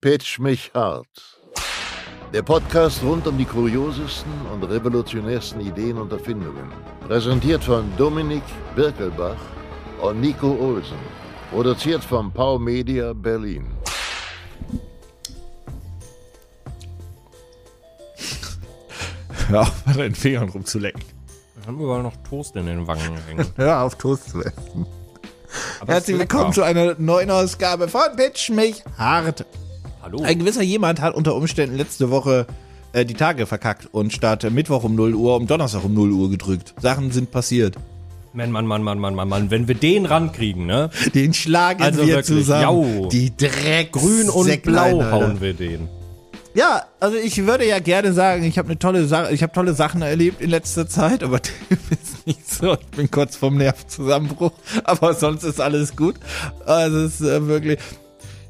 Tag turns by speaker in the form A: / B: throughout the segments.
A: Pitch mich hart. Der Podcast rund um die kuriosesten und revolutionärsten Ideen und Erfindungen. Präsentiert von Dominik Birkelbach und Nico Olsen. Produziert von Pau Media Berlin.
B: Hör auf, an den Fingern rumzulecken.
C: Wir haben überall noch Toast in den Wangen hängen.
B: Hör auf, Toast zu essen. Herzlich willkommen zu einer neuen Ausgabe von Pitch mich hart.
C: Hallo.
B: Ein gewisser jemand hat unter Umständen letzte Woche äh, die Tage verkackt und statt Mittwoch um 0 Uhr um Donnerstag um 0 Uhr gedrückt. Sachen sind passiert.
C: Mann, Mann, Mann, Mann, Mann, Mann, Mann. Wenn wir den rankriegen, ne?
B: Den schlagen
C: Also
B: wir
C: wirklich,
B: zusammen.
C: jau.
B: Die Dreck.
C: Grün und blau hauen wir den.
B: Ja, also ich würde ja gerne sagen, ich habe eine tolle Sache, ich habe tolle Sachen erlebt in letzter Zeit, aber dem ist nicht so. Ich bin kurz vorm Nervzusammenbruch, aber sonst ist alles gut. Also es ist äh, wirklich.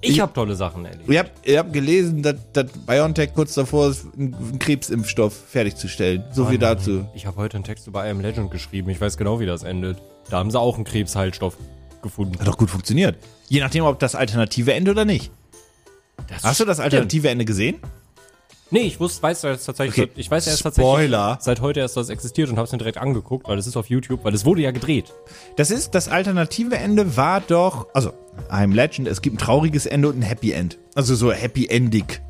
C: Ich habe tolle Sachen erlebt.
B: Ihr habt, ihr habt gelesen, dass, dass BioNTech kurz davor ist, einen- einen Krebsimpfstoff fertigzustellen. So viel dazu.
C: Ich habe heute einen Text über I Am Legend geschrieben. Ich weiß genau, wie das endet. Da haben sie auch einen Krebsheilstoff gefunden.
B: Hat doch gut funktioniert. Je nachdem, ob das alternative Ende oder nicht.
C: Das
B: Hast du das
C: stimmt.
B: alternative Ende gesehen?
C: Nee, ich wusste, weiß erst tatsächlich,
B: Okay.
C: ich weiß erst
B: Spoiler.
C: tatsächlich seit heute erst, dass es existiert und habe es mir direkt angeguckt, weil es ist auf YouTube, weil es wurde ja gedreht.
B: Das ist, das alternative Ende war doch, also, I'm Legend, es gibt ein trauriges Ende und ein Happy End. Also so Happy Endig.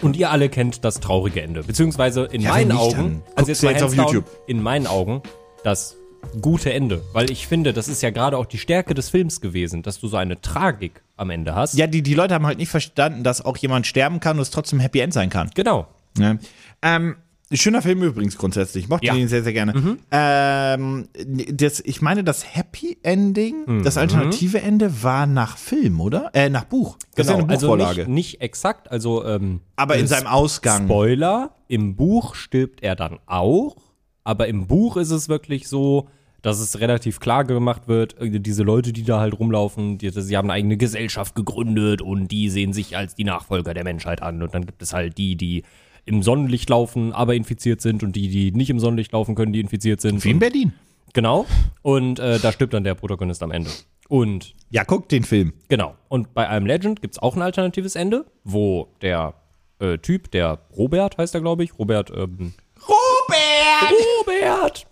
C: Und ihr alle kennt das traurige Ende. Beziehungsweise in
B: Ja, wenn
C: meinen
B: nicht,
C: Augen, also
B: dann guckst du
C: mal
B: jetzt
C: hands
B: auf YouTube.
C: in meinen Augen, das gute Ende. Weil ich finde, das ist ja gerade auch die Stärke des Films gewesen, dass du so eine Tragik am Ende hast.
B: Ja, die, die Leute haben halt nicht verstanden, dass auch jemand sterben kann und es trotzdem Happy End sein kann.
C: Genau.
B: Ne? Ähm, schöner Film übrigens grundsätzlich. Ich mochte
C: Ja.
B: den sehr, sehr gerne. Ähm, das, ich meine, das Happy Ending, das alternative Ende war nach Film, oder? Äh, nach Buch. Das ist ja eine
C: also
B: Buchvorlage.
C: nicht, nicht exakt, also ähm,
B: aber in
C: es-
B: seinem Ausgang.
C: Spoiler, im Buch stirbt er dann auch, aber im Buch ist es wirklich so, dass es relativ klar gemacht wird, äh, diese Leute, die da halt rumlaufen, die, sie haben eine eigene Gesellschaft gegründet und die sehen sich als die Nachfolger der Menschheit an. Und dann gibt es halt die, die im Sonnenlicht laufen, aber infiziert sind und die, die nicht im Sonnenlicht laufen können, die infiziert sind.
B: Wie in Berlin.
C: Und- Genau. Und äh, da stirbt dann der Protagonist am Ende. Und
B: Ja, guck den Film.
C: Genau. Und bei einem Legend gibt's auch ein alternatives Ende, wo der äh, Typ, der Robert heißt er, glaube ich, Robert, ähm,
B: Robert!
C: Robert!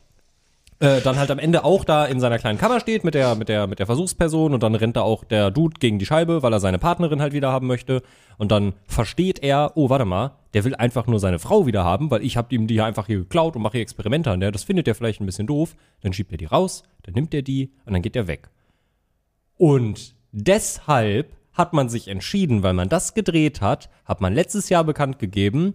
C: Äh, dann halt am Ende auch da in seiner kleinen Kammer steht mit der, mit, der, mit der Versuchsperson und dann rennt da auch der Dude gegen die Scheibe, weil er seine Partnerin halt wieder haben möchte. Und dann versteht er, oh, warte mal, der will einfach nur seine Frau wieder haben, weil ich hab ihm die einfach hier geklaut und mache hier Experimente an der. Das findet er vielleicht ein bisschen doof. Dann schiebt er die raus, dann nimmt er die und dann geht er weg. Und deshalb hat man sich entschieden, weil man das gedreht hat, hat man letztes Jahr bekannt gegeben,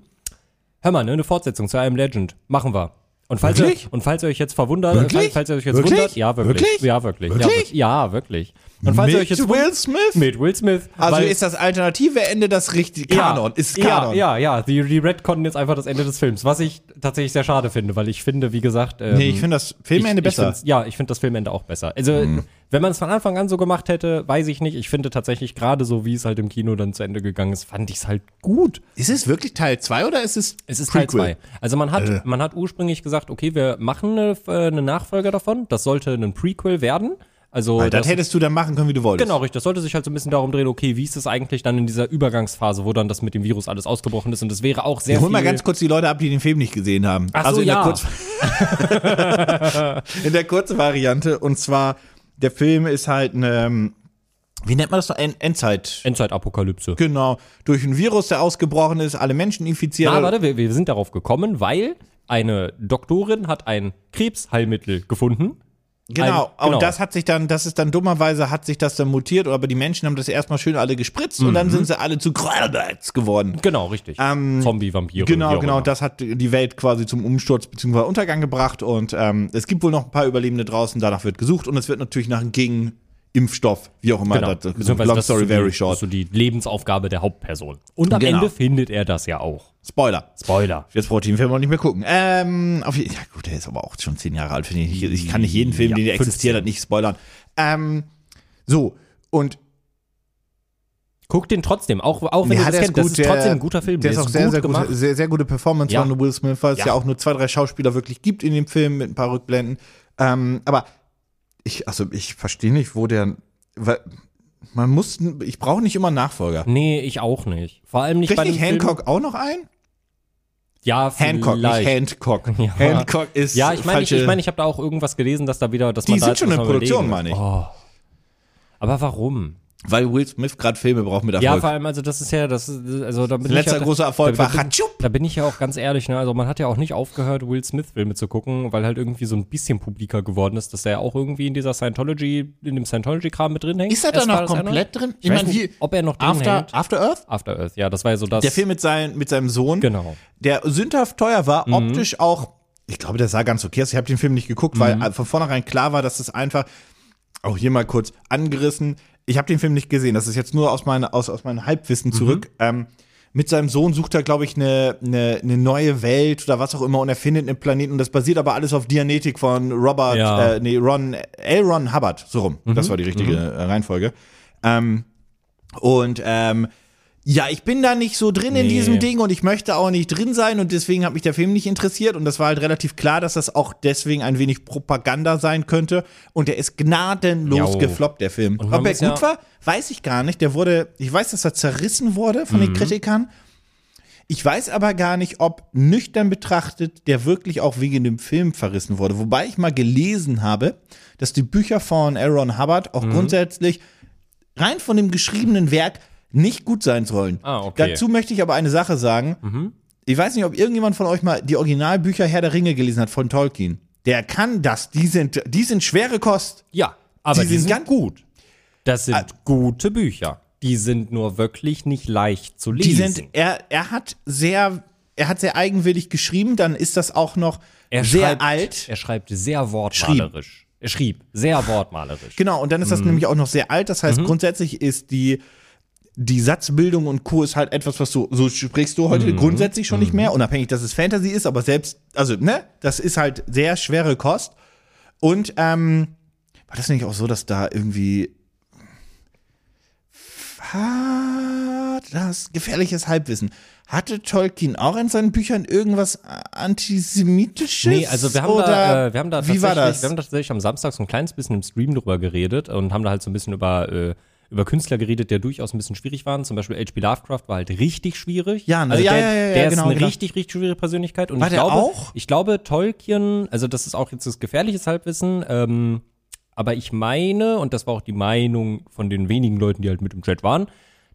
C: hör mal, ne, eine Fortsetzung zu einem Legend, machen wir. Und falls, ihr,
B: Wirklich?
C: und falls ihr euch jetzt verwundert,
B: Wirklich?
C: falls- falls ihr euch jetzt
B: Wirklich?
C: wundert, ja, wirklich,
B: Wirklich?
C: ja, wirklich,
B: Wirklich?
C: ja, wir- ja, wirklich. Und falls ihr euch
B: Mit
C: jetzt
B: Will Smith?
C: mit Will Smith,
B: Also
C: weil-
B: ist das alternative Ende das richtige Kanon?
C: ja,
B: Ist Kanon.
C: Ja, ja, ja, die, die Redconnen jetzt einfach das Ende des Films, was ich tatsächlich sehr schade finde, weil ich finde, wie gesagt, ähm,
B: Nee, ich finde das Filmende
C: ich, Ich
B: besser. Mhm.
C: find's- ja, ich finde das Filmende auch besser. Also, wenn man es von Anfang an so gemacht hätte, weiß ich nicht. Ich finde tatsächlich gerade so, wie es halt im Kino dann zu Ende gegangen ist, fand ich es halt gut.
B: ist es wirklich Teil 2 oder ist es
C: Es ist
B: Prequel?
C: Teil 2. Also man hat,
B: Äh.
C: man hat ursprünglich gesagt, okay, wir machen eine, äh, eine Nachfolger davon. Das sollte ein Prequel werden. Also
B: Weil das
C: das-
B: hättest du dann machen können, wie du wolltest.
C: Genau, richtig. Das sollte sich halt so ein bisschen darum drehen, okay, wie ist es eigentlich dann in dieser Übergangsphase, wo dann das mit dem Virus alles ausgebrochen ist und das wäre auch sehr
B: Wir holen
C: viel
B: mal ganz kurz die Leute ab, die den Film nicht gesehen haben.
C: Ach so,
B: also in der
C: ja.
B: kurz in der kurzen Variante und zwar der Film ist halt eine ähm, wie nennt man das noch En- Endzeit
C: Endzeitapokalypse.
B: genau durch ein Virus, der ausgebrochen ist, alle Menschen infiziert.
C: Na, warte, wir, wir sind darauf gekommen, weil eine Doktorin hat ein Krebsheilmittel gefunden.
B: genau.
C: ein- genau.
B: Und das hat sich dann, das ist dann dummerweise hat sich das dann mutiert, aber die Menschen haben das erstmal schön alle gespritzt und
C: Mhm.
B: dann sind sie alle zu Krallerds geworden.
C: Genau, richtig. Zombie, Vampire. wie
B: Genau,
C: auch
B: genau.
C: immer.
B: Das hat die Welt quasi zum Umsturz bzw. Untergang gebracht. Und ähm, es gibt wohl noch ein paar Überlebende draußen. Danach wird gesucht. Und es wird natürlich nach einem Gegenimpfstoff, wie auch immer.
C: Genau.
B: Das,
C: Beziehungsweise
B: long
C: das ist
B: story,
C: so die,
B: very
C: das
B: short.
C: ist So die Lebensaufgabe der Hauptperson. Und am
B: Genau.
C: Ende findet er das ja auch.
B: Spoiler.
C: Spoiler.
B: Jetzt brauche ich den Film auch nicht mehr gucken. Ähm, auf, je- ja gut, der ist aber auch schon zehn Jahre alt, finde ich. Ich kann nicht jeden Film,
C: Ja,
B: den der
C: 15.
B: existiert hat, nicht spoilern. Ähm, so, und
C: Guckt den trotzdem, auch, auch wenn
B: Ja,
C: ihr das
B: der ist
C: kennt, das
B: gut,
C: ist
B: der-
C: trotzdem ein guter Film.
B: Der ist auch sehr,
C: gut
B: sehr,
C: gemacht.
B: gute, sehr, sehr gute Performance
C: Ja.
B: von Will Smith, weil es ja.
C: Ja.
B: auch nur zwei, drei Schauspieler wirklich gibt in dem Film mit ein paar Rückblenden. Ähm, aber ich, also ich verstehe nicht, wo der. Weil, Man muss, ich brauche nicht immer einen Nachfolger.
C: Nee, ich auch nicht. Vor allem nicht
B: Kriegt
C: bei einem
B: nicht Hancock auch noch ein?
C: Film. Ja,
B: Hancock, nicht
C: vielleicht.
B: Hancock.
C: Ja.
B: Hancock ist
C: Ja, ich meine, ich,
B: falsche-
C: ich, mein, ich habe da auch irgendwas gelesen, dass da wieder, dass
B: Die
C: man da
B: sind
C: jetzt
B: schon
C: muss
B: in
C: man
B: Produktion,
C: überlegen.
B: meine ich.
C: Oh. Aber warum?
B: weil Will Smith gerade Filme braucht mit
C: Ja,
B: Erfolg.
C: vor allem, also das ist ja, das ist, also da bin ich
B: Letzter
C: ja,
B: großer Erfolg
C: da,
B: war
C: da, bin,
B: Hatschup.
C: da bin ich ja auch ganz ehrlich, ne? Also man hat ja auch nicht aufgehört, Will Smith-Filme zu gucken, weil halt irgendwie so ein bisschen publiker geworden ist, dass er ja auch irgendwie in dieser Scientology, in dem Scientology-Kram mit drin hängt.
B: Ist er da
C: Erst war
B: noch
C: das einer.
B: komplett drin?
C: Ich, weiß nicht, ob er noch drin
B: After,
C: hängt.
B: After Earth?
C: After Earth, ja, das war ja so das.
B: Der Film mit, sein, mit seinem Sohn,
C: Genau.
B: der sündhaft teuer war, optisch auch, ich glaube, der sah ganz okay aus. Ich habe den Film nicht geguckt, weil äh, von vornherein klar war, dass es einfach, auch hier mal kurz angerissen, ich habe den Film nicht gesehen, das ist jetzt nur aus, meine, aus, aus meinem Halbwissen zurück. Ähm, mit seinem Sohn sucht er, glaube ich, eine, eine, eine neue Welt oder was auch immer und er findet einen Planeten. Und das basiert aber alles auf Dianetik von Robert,
C: Ja.
B: äh, nee, Ron, L. Ron Hubbard, so rum. Das war die richtige äh, Reihenfolge. Ähm, und ähm, ja, ich bin da nicht so drin in
C: Nee.
B: diesem Ding und ich möchte auch nicht drin sein und deswegen hat mich der Film nicht interessiert und das war halt relativ klar, dass das auch deswegen ein wenig Propaganda sein könnte und der ist gnadenlos
C: Jau.
B: gefloppt, der Film.
C: Und man
B: Ob er
C: muss
B: gut
C: ja-
B: war, weiß ich gar nicht. Der wurde, ich weiß, dass er zerrissen wurde von
C: Mhm.
B: den Kritikern. Ich weiß aber gar nicht, ob nüchtern betrachtet der wirklich auch wegen dem Film verrissen wurde. Wobei ich mal gelesen habe, dass die Bücher von Aaron Hubbard
C: Mhm.
B: auch grundsätzlich rein von dem geschriebenen Werk nicht gut sein sollen.
C: Ah, okay. Mhm.
B: Dazu möchte ich aber eine Sache sagen. Ich weiß nicht, ob irgendjemand von euch mal die Originalbücher Herr der Ringe gelesen hat von Tolkien. Der kann das. Die sind, die sind schwere Kost.
C: ja, aber
B: die, sind ganz Ah. gut.
C: das sind gute Bücher. Die sind nur wirklich nicht leicht zu lesen.
B: Die sind, er, er hat sehr, er hat sehr eigenwillig geschrieben. Dann ist das auch noch
C: er
B: sehr
C: schreibt,
B: alt.
C: Er schreibt sehr wortmalerisch. Er schrieb sehr wortmalerisch.
B: Genau, und dann
C: Mhm.
B: ist das nämlich auch noch sehr alt. Das heißt, grundsätzlich ist die, die Satzbildung und Co. ist halt etwas, was du, so sprichst du
C: Mhm.
B: heute grundsätzlich schon nicht mehr, unabhängig, dass es Fantasy ist, aber selbst, also, ne, das ist halt sehr schwere Kost. Und, ähm, war das nicht auch so, dass da irgendwie. Hat das gefährliches Halbwissen. Hatte Tolkien auch in seinen Büchern irgendwas antisemitisches?
C: Nee, also wir haben
B: oder
C: da, äh, wir haben da
B: wie
C: tatsächlich,
B: war das?
C: wir haben da tatsächlich am Samstag so ein kleines bisschen im Stream drüber geredet und haben da halt so ein bisschen über, äh, über Künstler geredet, der durchaus ein bisschen schwierig waren. Zum Beispiel H.P. Lovecraft war halt richtig schwierig.
B: Ja, ne?
C: also
B: Ja,
C: der,
B: ja, ja, ja,
C: der
B: genau,
C: ist eine
B: genau.
C: richtig, richtig schwierige Persönlichkeit. Und
B: War
C: ich
B: der
C: glaube,
B: auch?
C: ich glaube, Tolkien, also das ist auch jetzt das gefährliches Halbwissen, ähm, aber ich meine, und das war auch die Meinung von den wenigen Leuten, die halt mit im Chat waren,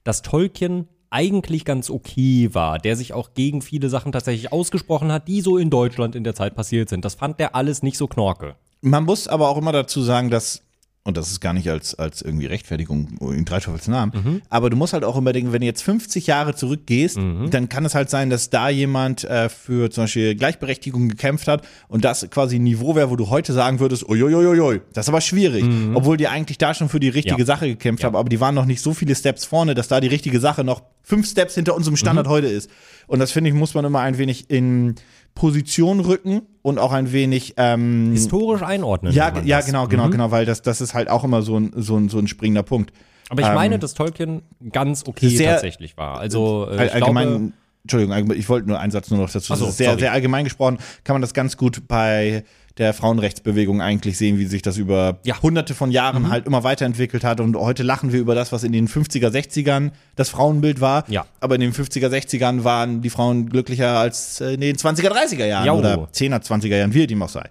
C: dass Tolkien eigentlich ganz okay war, der sich auch gegen viele Sachen tatsächlich ausgesprochen hat, die so in Deutschland in der Zeit passiert sind. Das fand der alles nicht so knorke.
B: Man muss aber auch immer dazu sagen, dass, und das ist gar nicht als, als irgendwie Rechtfertigung oh, in Dreiteufels Namen,
C: Mhm.
B: aber du musst halt auch immer denken, wenn du jetzt 50 Jahre zurückgehst,
C: Mhm.
B: dann kann es halt sein, dass da jemand äh, für zum Beispiel Gleichberechtigung gekämpft hat und das quasi ein Niveau wäre, wo du heute sagen würdest, uiuiuiui, das ist aber schwierig. Obwohl die eigentlich da schon für die richtige
C: Mhm. Ja.
B: Sache gekämpft haben, aber die waren noch nicht so viele Steps vorne, dass da die richtige Sache noch fünf Steps hinter unserem
C: Mhm.
B: Standard heute ist. Und das finde ich, muss man immer ein wenig in Position rücken und auch ein wenig ähm,
C: Historisch einordnen.
B: ja,
C: nennt man
B: ja
C: das. Mhm.
B: genau, genau, genau, weil das, das ist halt auch immer so ein, so ein, so ein springender Punkt.
C: Aber ich meine, dass Tolkien ganz okay
B: ähm, sehr-
C: tatsächlich war. Also äh,
B: All,
C: ich glaube,
B: allgemein, Entschuldigung, allgemein, ich wollte nur einen Satz nur noch dazu
C: Ach so,
B: das ist sehr,
C: sorry.
B: sehr allgemein gesprochen, kann man das ganz gut bei der Frauenrechtsbewegung eigentlich sehen, wie sich das über
C: Ja. Mhm.
B: hunderte von Jahren halt immer weiterentwickelt hat. Und heute lachen wir über das, was in den 50er, 60ern das Frauenbild war.
C: Ja.
B: Aber in den 50er, 60ern waren die Frauen glücklicher als äh, in den 20er, 30er Jahren
C: Jau.
B: oder 10er, 20er Jahren, wie dem auch sei.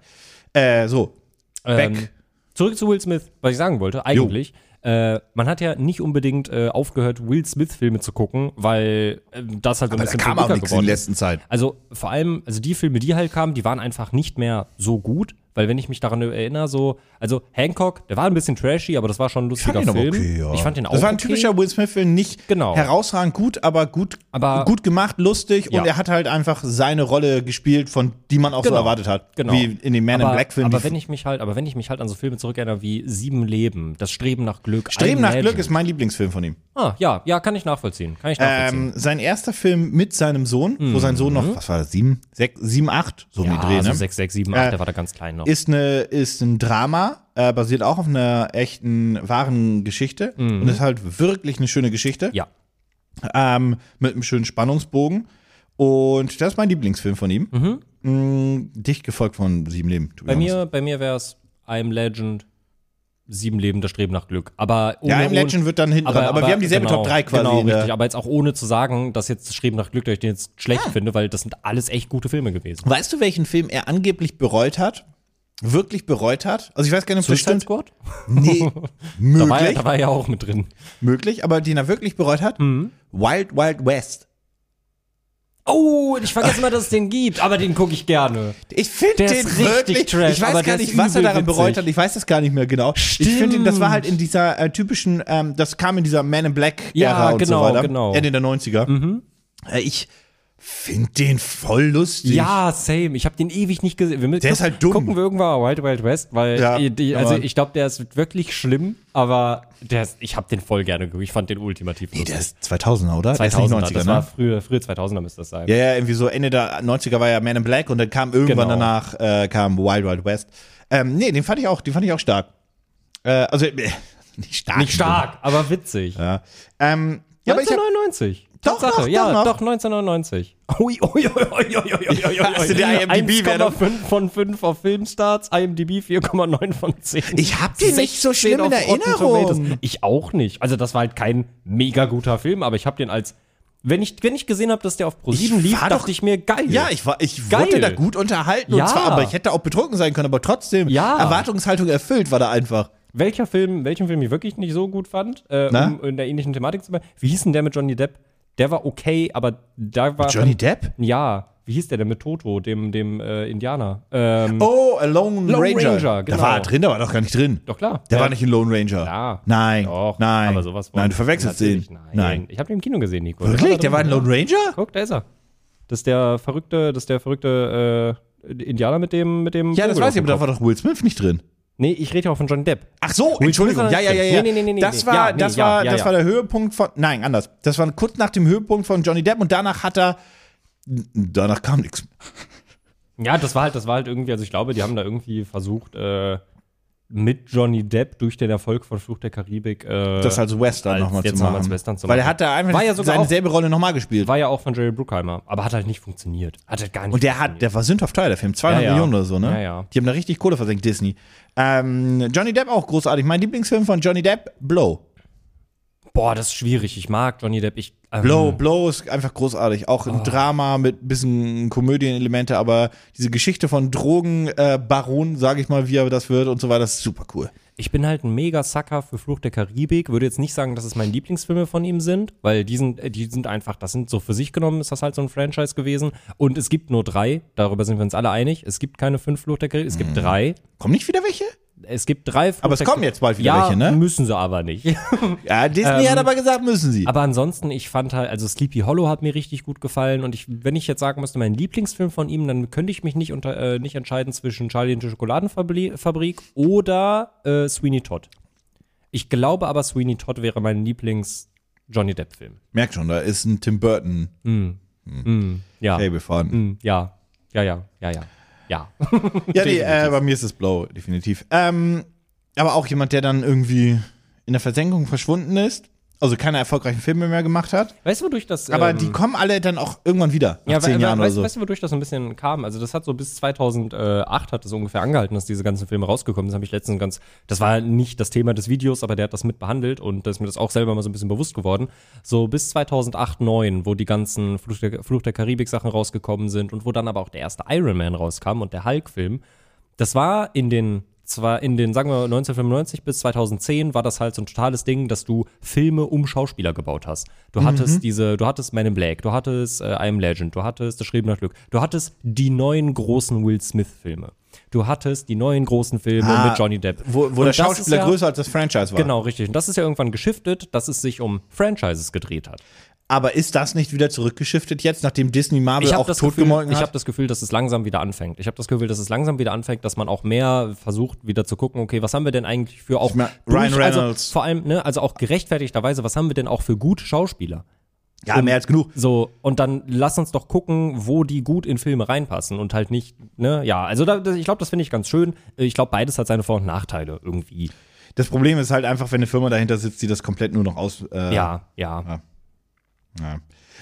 B: Äh, so,
C: ähm,
B: Beck.
C: Zurück zu Will Smith, was ich sagen wollte, eigentlich. Äh, man hat ja nicht unbedingt äh, aufgehört, Will Smith-Filme zu gucken, weil ähm, das halt so ein
B: Aber da
C: bisschen
B: kam auch
C: publiker
B: nichts in
C: geworden ist.
B: letzter Zeit.
C: Also vor allem, also die Filme, die halt kamen, die waren einfach nicht mehr so gut, weil wenn ich mich daran erinnere, so, also Hancock, der war ein bisschen trashy, aber das war schon ein lustiger
B: fand ihn
C: Film.
B: aber okay, ja.
C: Ich fand den auch
B: Das war ein
C: okay.
B: typischer Will Smith-Film, nicht
C: Genau.
B: herausragend gut, aber gut,
C: Aber-
B: gut gemacht, lustig
C: Ja.
B: und er hat halt einfach seine Rolle gespielt, von die man auch so
C: Genau.
B: erwartet hat.
C: Genau.
B: Wie in den Man
C: aber,
B: in Black-Filmen.
C: Aber wenn ich mich halt, aber wenn ich mich halt an so Filme zurückerinnere wie Sieben Leben, das Streben nach Glück,
B: Streben
C: I
B: nach
C: Imagine.
B: Glück ist mein Lieblingsfilm von ihm.
C: Ah, ja, ja, kann ich nachvollziehen. Kann ich nachvollziehen.
B: Ähm, sein erster Film mit seinem Sohn, wo sein Sohn noch, was war das, sieben, sechs, sieben, acht, so um
C: Mhm. ja,
B: den Dreh,
C: also
B: ne?
C: 6, 6, 7, 8,
B: Äh,
C: der war da ganz klein noch.
B: ist eine ist ein Drama, äh, basiert auch auf einer echten wahren Geschichte
C: Mhm.
B: und ist halt wirklich eine schöne Geschichte.
C: ja.
B: ähm, mit einem schönen Spannungsbogen. Und das ist mein Lieblingsfilm von ihm. Mm, dicht gefolgt von Sieben Leben. to be
C: Mhm. Bei
B: honest.
C: mir, bei mir wär's I'm Legend, sieben Leben, das Streben nach Glück. Aber ohne,
B: Ja, im Legend wird dann hinten dran. Aber, wir haben dieselbe
C: genau,
B: Top 3 quasi.
C: Genau,
B: ne?
C: richtig. Aber jetzt auch ohne zu sagen, dass jetzt das Streben nach Glück, dass ich den jetzt schlecht
B: Ah.
C: finde, weil das sind alles echt gute Filme gewesen.
B: Weißt du, welchen Film er angeblich bereut hat? Wirklich bereut hat? Also ich weiß gar nicht, ob das stimmt.
C: Squad?
B: Nee,
C: Da war, er,
B: möglich,
C: da war er ja auch mit drin.
B: möglich, aber den er wirklich bereut hat?
C: Mhm.
B: Wild Wild West.
C: Oh, ich vergesse mal, dass es den gibt, aber den gucke ich gerne.
B: Ich finde
C: Der ist
B: den
C: richtig
B: wirklich,
C: trash,
B: ich weiß gar
C: aber der ist
B: nicht, was er
C: übel
B: daran bereut
C: witzig.
B: hat, ich weiß das gar nicht mehr genau. Ich finde ihn, das war halt in dieser äh, typischen, ähm, das kam in dieser Man in Black
C: Ja,
B: Ära und
C: genau,
B: so weiter.
C: genau. Mhm.
B: Ende der 90er. Äh, ich finde den voll lustig.
C: Ja, same. Ich habe den ewig nicht gesehen. Wir müssen,
B: Der ist halt dumm.
C: Gucken wir irgendwann Wild Wild West, weil
B: Ja,
C: die- die, also
B: aber-
C: ich glaube, der ist wirklich schlimm, aber der ist, ich habe den voll gerne geguckt. Ich fand den ultimativ
B: Nee,
C: lustig.
B: der ist 2000er, oder? Der ist
C: 2000er,
B: nicht 90er,
C: das
B: ne?
C: war frühe, frühe 2000er müsste das sein.
B: Ja, ja, irgendwie so Ende der 90er war ja Man in Black und dann kam irgendwann
C: Genau.
B: danach äh, kam Wild Wild West. Ähm, nee, den fand ich auch, den fand ich auch stark. Äh, also äh, nicht stark.
C: Nicht stark, aber witzig.
B: Ja, ähm, ja aber ich hab,
C: 1999.
B: Doch,
C: Tatsache,
B: doch,
C: ja,
B: doch noch.
C: doch, 1999. Ui, ui, ui, ui, ui, ui, ui,
B: Hast du die IMDb-Wertung?
C: 1,5 von 5 auf Filmstarts, IMDb 4,9 von 10.
B: Ich hab den nicht so
C: 16
B: schlimm in
C: auf Rotten
B: Erinnerung.
C: Tomatoes. Ich auch nicht. Also das war halt kein mega guter Film, aber ich habe den als wenn ich wenn ich gesehen habe, dass der auf Pro 7
B: Ich
C: lief,
B: war
C: dachte
B: doch-
C: ich mir geil.
B: ja, ich war, ich
C: Geil.
B: wurde da gut unterhalten
C: Ja.
B: und zwar, aber ich hätte auch betrunken sein können, aber trotzdem
C: Ja.
B: Erwartungshaltung erfüllt war da einfach.
C: Welcher Film, welchen Film ich wirklich nicht so gut fand, äh,
B: Na?
C: um in der ähnlichen Thematik zu bleiben. Wie hieß denn der mit Johnny Depp? Der war okay, aber da war
B: Johnny Depp?
C: Ja, wie hieß der denn mit Toto, dem, dem äh, Indianer? Ähm,
B: Oh, a Lone,
C: Lone
B: Ranger.
C: Ranger,
B: Da
C: genau.
B: war er drin, da war doch gar nicht drin.
C: Doch klar.
B: Der
C: Ja.
B: war nicht ein Lone Ranger.
C: Ja.
B: Nein.
C: Doch,
B: nein.
C: Aber sowas von.
B: nein, du verwechselst den.
C: Natürlich, Nein. Ich habe den im Kino gesehen, Nico.
B: Wirklich? Der
C: drin.
B: war ein Lone Ranger?
C: Guck, da ist er. Das ist der verrückte, das ist der verrückte äh, Indianer mit dem mit dem
B: Ja, das
C: Vogel
B: weiß ich,
C: auf
B: aber
C: dem
B: da war doch Will Smith nicht drin.
C: Kopf. Nee, ich rede ja auch von Johnny Depp.
B: Ach so, Entschuldigung.
C: Smith
B: Ja,
C: war
B: ja,
C: nicht
B: ja,
C: drin.
B: ja.
C: Nee, nee, nee, nee,
B: das
C: nee.
B: war,
C: Ja, nee,
B: das
C: ja,
B: war,
C: ja,
B: das
C: ja.
B: war der Höhepunkt von. Nein, anders. Das war kurz nach dem Höhepunkt von Johnny Depp und danach hat er. Danach kam nichts.
C: Ja, das war halt, das war halt irgendwie, also ich glaube, die haben da irgendwie versucht, äh, mit Johnny Depp durch den Erfolg von Fluch der Karibik äh,
B: Das als Western
C: als
B: nochmal zu
C: jetzt nochmal
B: machen.
C: als Western zu
B: Weil
C: machen.
B: er hat da einfach
C: War ja sogar
B: seine
C: auch-
B: selbe Rolle nochmal gespielt.
C: war ja auch von Jerry Bruckheimer, aber hat halt nicht funktioniert. Hat halt gar nicht
B: Und der hat, der war sündhaft teuer, der Film. 200
C: Ja, ja.
B: Millionen oder so, ne?
C: Ja, ja.
B: Die haben da richtig Kohle versenkt, Disney. Ähm, Johnny Depp auch großartig. Mein Lieblingsfilm von Johnny Depp, Blow.
C: Boah, das ist schwierig. Ich mag Johnny Depp. Ich, ähm,
B: Blow, Blow ist einfach großartig. Auch
C: Oh.
B: ein Drama mit ein bisschen Komödienelemente, aber diese Geschichte von Drogenbaron, äh, Baron, sage ich mal, wie er das wird und so weiter, das ist super cool.
C: Ich bin halt ein mega Sucker für Fluch der Karibik. Würde jetzt nicht sagen, dass es meine Lieblingsfilme von ihm sind, weil die sind, äh, die sind einfach, das sind so für sich genommen, ist das halt so ein Franchise gewesen. Und es gibt nur drei, darüber sind wir uns alle einig. Es gibt keine fünf Fluch der Karibik, es gibt drei.
B: Kommen nicht wieder welche?
C: Es gibt drei Fluch
B: Mhm. Aber es
C: der
B: kommen jetzt bald wieder
C: ja,
B: welche, ne?
C: müssen sie aber nicht.
B: Ja, Disney
C: Ähm,
B: hat aber gesagt, müssen sie.
C: aber ansonsten, ich fand halt, also Sleepy Hollow hat mir richtig gut gefallen. Und ich, wenn ich jetzt sagen müsste, mein Lieblingsfilm von ihm, dann könnte ich mich nicht, unter, äh, nicht entscheiden zwischen Charlie und die Schokoladenfabrik oder äh, Sweeney Todd. Ich glaube aber, Sweeney Todd wäre mein Lieblings-Johnny Depp-Film.
B: Merkt schon, da ist ein Tim Burton
C: Ja.
B: Table vorhanden.
C: Mm, ja. Ja, ja, ja, ja. Ja.
B: Ja, nee, äh, bei mir ist es Blow, definitiv. Ähm, aber auch jemand, der dann irgendwie in der Versenkung verschwunden ist, also keine erfolgreichen Filme mehr gemacht hat.
C: Weißt du, wodurch das.
B: Aber
C: ähm,
B: die kommen alle dann auch irgendwann wieder, nach zehn
C: we- we-
B: Jahren
C: weißt,
B: oder
C: weißt
B: so.
C: du, wodurch das so ein bisschen kam? Also das hat so bis 2008 hat das ungefähr angehalten, dass diese ganzen Filme rausgekommen sind. Habe ich letztens ganz, das war nicht das Thema des Videos, aber der hat das mit behandelt und da ist mir das auch selber mal so ein bisschen bewusst geworden. So bis 2008, 9, wo die ganzen Fluch der, Fluch der Karibik Sachen rausgekommen sind und wo dann aber auch der erste Iron Man rauskam und der Hulk-Film. Das war in den zwar in den, sagen wir mal, 1995 bis 2010 war das halt so ein totales Ding, dass du Filme um Schauspieler gebaut hast. Du
B: Mhm.
C: hattest diese, du hattest Man in Black, du hattest äh, I Am Legend, du hattest Das Schreiben nach Glück, du hattest die neuen großen Will Smith-Filme. Du hattest die neuen großen Filme
B: Ah,
C: mit Johnny Depp.
B: Wo, wo
C: Und
B: der
C: das ist
B: Schauspieler
C: ja,
B: größer als das Franchise war.
C: Genau, richtig. Und das ist ja irgendwann geschiftet, dass es sich um Franchises gedreht hat.
B: Aber ist das nicht wieder zurückgeschiftet jetzt, nachdem Disney Marvel
C: Ich
B: auch
C: habe das, Gefühl-
B: totgemolken
C: ich
B: hat?
C: hab das Gefühl, dass es langsam wieder anfängt. Ich habe das Gefühl, dass es langsam wieder anfängt, dass man auch mehr versucht, wieder zu gucken, okay, was haben wir denn eigentlich für auch
B: Ich mein,
C: durch-
B: Ryan Reynolds.
C: Also, vor allem, ne, also auch gerechtfertigterweise, was haben wir denn auch für gute Schauspieler?
B: ja, mehr als genug.
C: So, und dann lass uns doch gucken, wo die gut in Filme reinpassen und halt nicht, ne, ja, also da, das, ich glaube, das finde ich ganz schön. Ich glaube, beides hat seine Vor- und Nachteile irgendwie.
B: Das Problem ist halt einfach, wenn eine Firma dahinter sitzt, die das komplett nur noch aus. Äh,
C: Ja, ja.
B: Ja.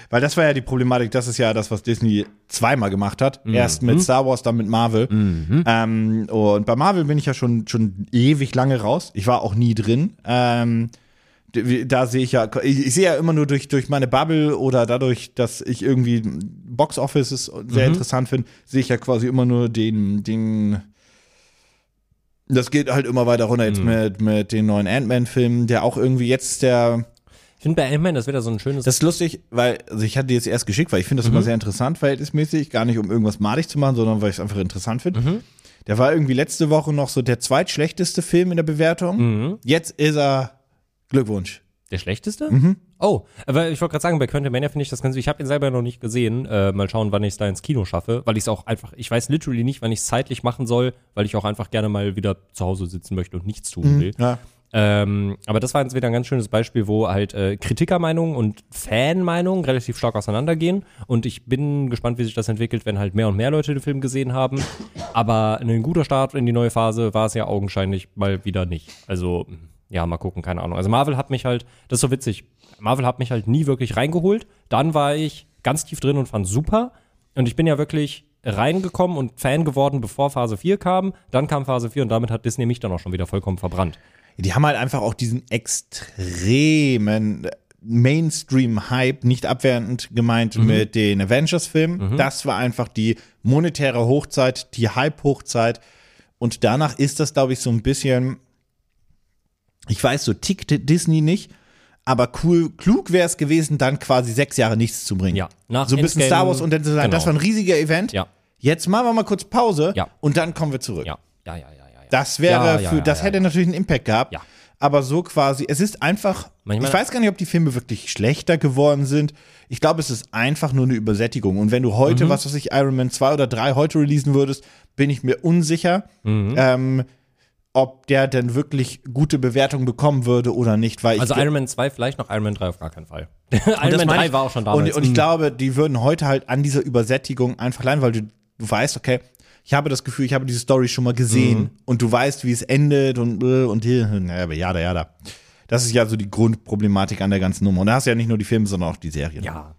B: Weil das war ja die Problematik, das ist ja das, was Disney zweimal gemacht hat. Erst mit Star Wars, dann mit Marvel. Ähm, und bei Marvel bin ich ja schon, schon ewig lange raus. Ich war auch nie drin. Ähm, d- da sehe ich ja, ich, ich sehe ja immer nur durch, durch meine Bubble oder dadurch, dass ich irgendwie Box Offices sehr interessant finde, sehe ich ja quasi immer nur den, den, das geht halt immer weiter runter jetzt mit, mit den neuen Ant-Man-Filmen, der auch irgendwie jetzt der,
C: Ich finde bei Ant-Man, das wäre so ein schönes.
B: das ist lustig, weil also ich hatte die jetzt erst geschickt, weil ich finde das immer sehr interessant, verhältnismäßig. Gar nicht, um irgendwas madig zu machen, sondern weil ich es einfach interessant finde. Der war irgendwie letzte Woche noch so der zweitschlechteste Film in der Bewertung. Jetzt ist er Glückwunsch.
C: der schlechteste? Oh, aber ich wollte gerade sagen, bei Quentin Mania finde ich das ganz. Ich habe ihn selber noch nicht gesehen. Äh, mal schauen, wann ich es da ins Kino schaffe, weil ich es auch einfach. Ich weiß literally nicht, wann ich es zeitlich machen soll, weil ich auch einfach gerne mal wieder zu Hause sitzen möchte und nichts tun will.
B: Ja.
C: Ähm, aber das war jetzt wieder ein ganz schönes Beispiel, wo halt äh, Kritikermeinung und Fanmeinung relativ stark auseinandergehen. Und ich bin gespannt, wie sich das entwickelt, wenn halt mehr und mehr Leute den Film gesehen haben. Aber ein guter Start in die neue Phase war es ja augenscheinlich mal wieder nicht. Also, ja, mal gucken, keine Ahnung. Also Marvel hat mich halt, das ist so witzig, Marvel hat mich halt nie wirklich reingeholt. Dann war ich ganz tief drin und fand super. Und ich bin ja wirklich reingekommen und Fan geworden, bevor Phase 4 kam. Dann kam Phase 4 und damit hat Disney mich dann auch schon wieder vollkommen verbrannt.
B: Die haben halt einfach auch diesen extremen Mainstream-Hype, nicht abwertend gemeint
C: Mhm.
B: mit den Avengers-Filmen. Das war einfach die monetäre Hochzeit, die Hype-Hochzeit. Und danach ist das, glaube ich, so ein bisschen, ich weiß, so tickt Disney nicht. Aber cool, klug wäre es gewesen, dann quasi sechs Jahre nichts zu bringen.
C: Ja, nach
B: so ein bisschen
C: Endgame-
B: Star Wars und dann zu sagen,
C: Genau.
B: das war ein riesiger Event.
C: Ja.
B: Jetzt machen wir mal kurz Pause
C: Ja.
B: und dann kommen wir zurück.
C: Ja, ja, ja, ja, ja. ja.
B: Das wäre
C: Ja, ja,
B: für,
C: ja,
B: das
C: ja,
B: hätte natürlich einen Impact gehabt.
C: Ja.
B: Aber so quasi, es ist einfach,
C: Manchmal-
B: ich weiß gar nicht, ob die Filme wirklich schlechter geworden sind. Ich glaube, es ist einfach nur eine Übersättigung. Und wenn du heute,
C: Mhm.
B: was weiß ich, Iron Man 2 oder 3 heute releasen würdest, bin ich mir unsicher,
C: Mhm.
B: ähm, ob der denn wirklich gute Bewertungen bekommen würde oder nicht. Weil
C: Also
B: ich,
C: Iron Man 2 vielleicht noch Iron Man 3 auf gar keinen Fall. Iron
B: das
C: Man
B: meine
C: 3
B: ich.
C: war auch schon
B: Und,
C: damals.
B: und ich glaube, die würden heute halt an dieser Übersättigung einfach leiden, weil du, du weißt, okay, ich habe das Gefühl, ich habe diese Story schon mal gesehen
C: Mhm.
B: und du weißt, wie es endet und äh, und hier, naja, aber ja, da, ja, da. Das ist ja so die Grundproblematik an der ganzen Nummer. Und da hast du ja nicht nur die Filme, sondern auch die Serien.
C: ja.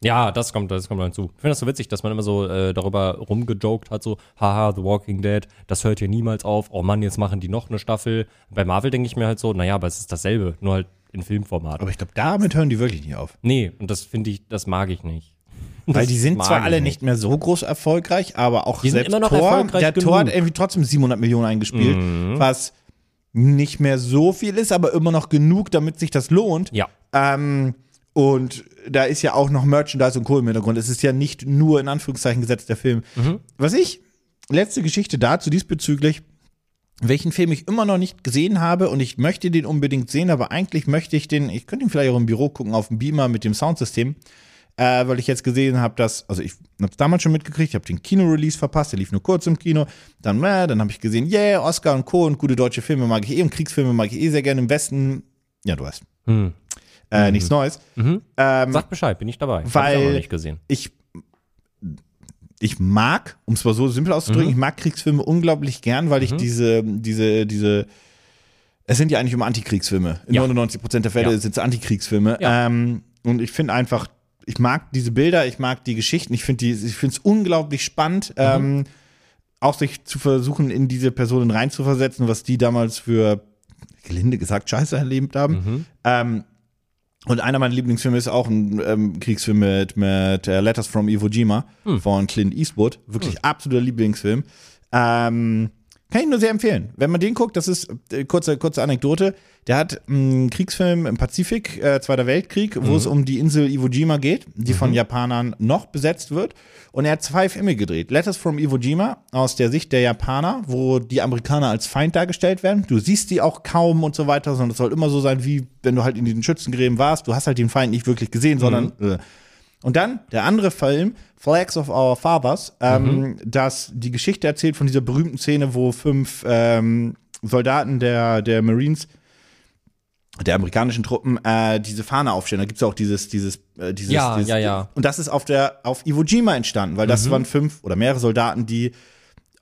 C: Ja, das kommt, das kommt dann zu. Ich finde das so witzig, dass man immer so äh, darüber rumgejoked hat, so, haha, The Walking Dead, das hört hier niemals auf. Oh Mann, jetzt machen die noch eine Staffel. Bei Marvel denke ich mir halt so, naja, aber es ist dasselbe, nur halt in Filmformat.
B: Aber ich glaube, damit hören die wirklich nicht auf.
C: Nee, und das finde ich, das mag ich nicht.
B: Weil die sind
C: mag
B: zwar
C: ich
B: alle
C: nicht.
B: nicht mehr so groß erfolgreich, aber auch
C: sind
B: selbst
C: immer noch
B: Tor,
C: erfolgreich
B: der Tor hat
C: genug. Mhm.
B: irgendwie trotzdem 700 Millionen eingespielt, was nicht mehr so viel ist, aber immer noch genug, damit sich das lohnt.
C: Ja.
B: Ähm, und da ist ja auch noch Merchandise und Co. im Hintergrund. Es ist ja nicht nur in Anführungszeichen gesetzt der Film. Was ich, letzte Geschichte dazu diesbezüglich, welchen Film ich immer noch nicht gesehen habe und ich möchte den unbedingt sehen, aber eigentlich möchte ich den, ich könnte ihn vielleicht auch im Büro gucken, auf dem Beamer mit dem Soundsystem, äh, weil ich jetzt gesehen habe, dass, also ich habe es damals schon mitgekriegt, ich habe den Kino-Release verpasst, der lief nur kurz im Kino, dann, äh, dann habe ich gesehen, yeah, Oscar und Co. und gute deutsche Filme mag ich eh und Kriegsfilme mag ich eh sehr gerne im Westen, ja, du weißt, äh, nichts Neues.
C: Sagt Hm. Bescheid, bin ich dabei. Hab ich auch
B: Weil-
C: noch nicht gesehen.
B: ich, ich mag, um es mal so simpel auszudrücken,
C: Mhm.
B: ich mag Kriegsfilme unglaublich gern, weil ich diese, diese, diese, es sind ja eigentlich immer Antikriegsfilme. In
C: Ja.
B: 99 Prozent der Fälle
C: Ja.
B: sind es Antikriegsfilme.
C: Ja.
B: Ähm, und ich finde einfach, ich mag diese Bilder, ich mag die Geschichten, ich finde es unglaublich
C: Mhm.
B: spannend, ähm, auch sich zu versuchen, in diese Personen reinzuversetzen, was die damals für, gelinde gesagt, Scheiße erlebt haben.
C: Mhm.
B: Ähm, und einer meiner Lieblingsfilme ist auch ein ähm, Kriegsfilm mit, mit äh, Letters from Iwo Jima von Clint Eastwood. Wirklich absoluter Lieblingsfilm. Ähm, kann ich nur sehr empfehlen. Wenn man den guckt, das ist äh, kurze, kurze Anekdote. Der hat einen Kriegsfilm im Pazifik, äh, Zweiter Weltkrieg, wo es um die Insel Iwo Jima geht, die von Japanern noch besetzt wird. Und er hat zwei Filme gedreht. Letters from Iwo Jima aus der Sicht der Japaner, wo die Amerikaner als Feind dargestellt werden. Du siehst die auch kaum und so weiter, sondern es soll immer so sein, wie wenn du halt in diesen Schützengräben warst. Du hast halt den Feind nicht wirklich gesehen, sondern äh, und dann der andere Film, Flags of Our Fathers, ähm,
C: Mhm.
B: das die Geschichte erzählt von dieser berühmten Szene, wo fünf ähm, Soldaten der, der Marines, der amerikanischen Truppen, äh, diese Fahne aufstellen. Da gibt es auch dieses, dieses, äh, dieses,
C: Ja,
B: dieses.
C: ja, ja. Mhm.
B: Und das ist auf der auf Iwo Jima entstanden, weil das waren fünf oder mehrere Soldaten, die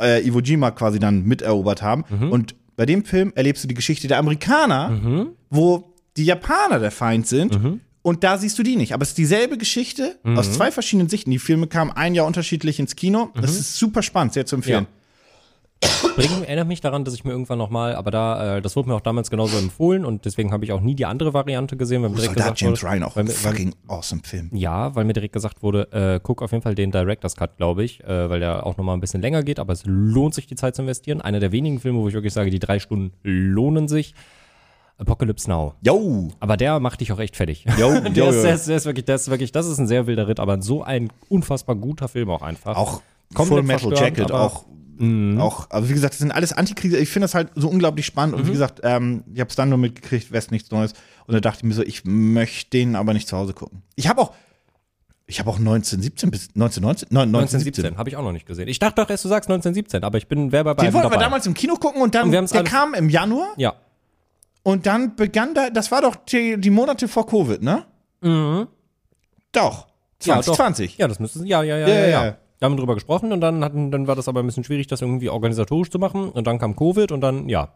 B: äh, Iwo Jima quasi dann miterobert haben.
C: Mhm.
B: Und bei
C: Mhm.
B: dem Film erlebst du die Geschichte der Amerikaner, wo die Japaner der Feind sind. Und da siehst du die nicht. Aber es ist dieselbe Geschichte aus zwei verschiedenen Sichten. Die Filme kamen ein Jahr unterschiedlich ins Kino.
C: Mhm.
B: Das ist super spannend, sehr zu empfehlen.
C: Bringen erinnert mich daran, dass ich mir irgendwann nochmal, aber da, äh, das wurde mir auch damals genauso empfohlen und deswegen habe ich auch nie die andere Variante gesehen, weil mir direkt
B: Oh, Soldat
C: gesagt
B: James
C: wurde,
B: Ryan auch
C: weil,
B: ein
C: mir- weil,
B: fucking awesome Film.
C: ja, weil mir direkt gesagt wurde, äh, guck auf jeden Fall den Director's Cut, glaube ich, äh, weil der auch nochmal ein bisschen länger geht, aber es lohnt sich, die Zeit zu investieren. Einer der wenigen Filme, wo ich wirklich sage, die drei Stunden lohnen sich. Apocalypse Now.
B: Yo!
C: Aber der macht dich auch echt fertig.
B: Yo,
C: der,
B: yo,
C: Ist,
B: yo.
C: der, ist, der ist wirklich, der ist wirklich, das ist ein sehr wilder Ritt, aber so ein unfassbar guter Film auch einfach.
B: Auch
C: Komplett
B: Full Metal
C: verstörend,
B: Jacket,
C: aber-
B: auch.
C: Mhm.
B: Auch, also wie gesagt, das sind alles Antikrieger. Ich finde das halt so unglaublich spannend.
C: Mhm.
B: Und wie gesagt, ähm, ich habe es dann nur mitgekriegt, West nichts Neues. Und da dachte ich mir so, ich möchte den aber nicht zu Hause gucken. Ich habe auch, ich habe auch 1917 bis 1919, nein, 1917.
C: 1917, habe ich auch noch nicht gesehen. Ich dachte doch erst, du sagst 1917, aber ich bin wer bei
B: Den
C: beiden
B: wollten
C: dabei.
B: wir damals im Kino gucken und dann,
C: Und wir haben's
B: der
C: alle-
B: kam im Januar
C: ja,
B: und dann begann da, das war doch die, die Monate vor Covid, ne? Mhm. Doch.
C: Ja, doch.
B: 2020.
C: Ja, das müsste ja, ja, ja,
B: Ja,
C: ja.
B: ja,
C: ja,
B: ja.
C: Da haben wir drüber gesprochen und dann hatten, dann war das aber ein bisschen schwierig, das irgendwie organisatorisch zu machen. Und dann kam Covid und dann, ja.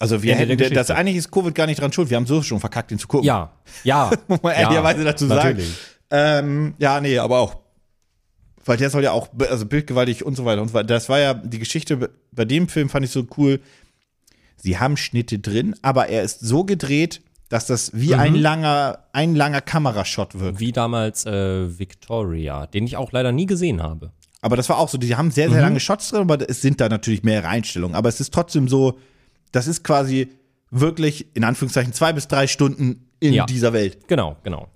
B: Also wir
C: Ende der
B: hätten,
C: Geschichte.
B: das eigentlich ist Covid gar nicht dran schuld. Wir haben so schon verkackt, den zu gucken.
C: Ja. Ja.
B: Muss man
C: ja,
B: ehrlicherweise dazu sagen.
C: Natürlich.
B: Ähm, ja, nee, aber auch. Weil der soll ja auch, also bildgewaltig und so weiter und so weiter. Das war ja die Geschichte, bei dem Film fand ich so cool. Sie haben Schnitte drin, aber er ist so gedreht, dass das wie ein
C: Mhm.
B: langer, ein langer Kamerashot wirkt.
C: Wie damals äh, Victoria, den ich auch leider nie gesehen habe.
B: Aber das war auch so, die haben
C: Mhm.
B: sehr, sehr lange Shots drin, aber es sind da natürlich mehrere Einstellungen. Aber es ist trotzdem so, das ist quasi wirklich, in Anführungszeichen, zwei bis drei Stunden in
C: Ja.
B: dieser Welt.
C: Genau, genau.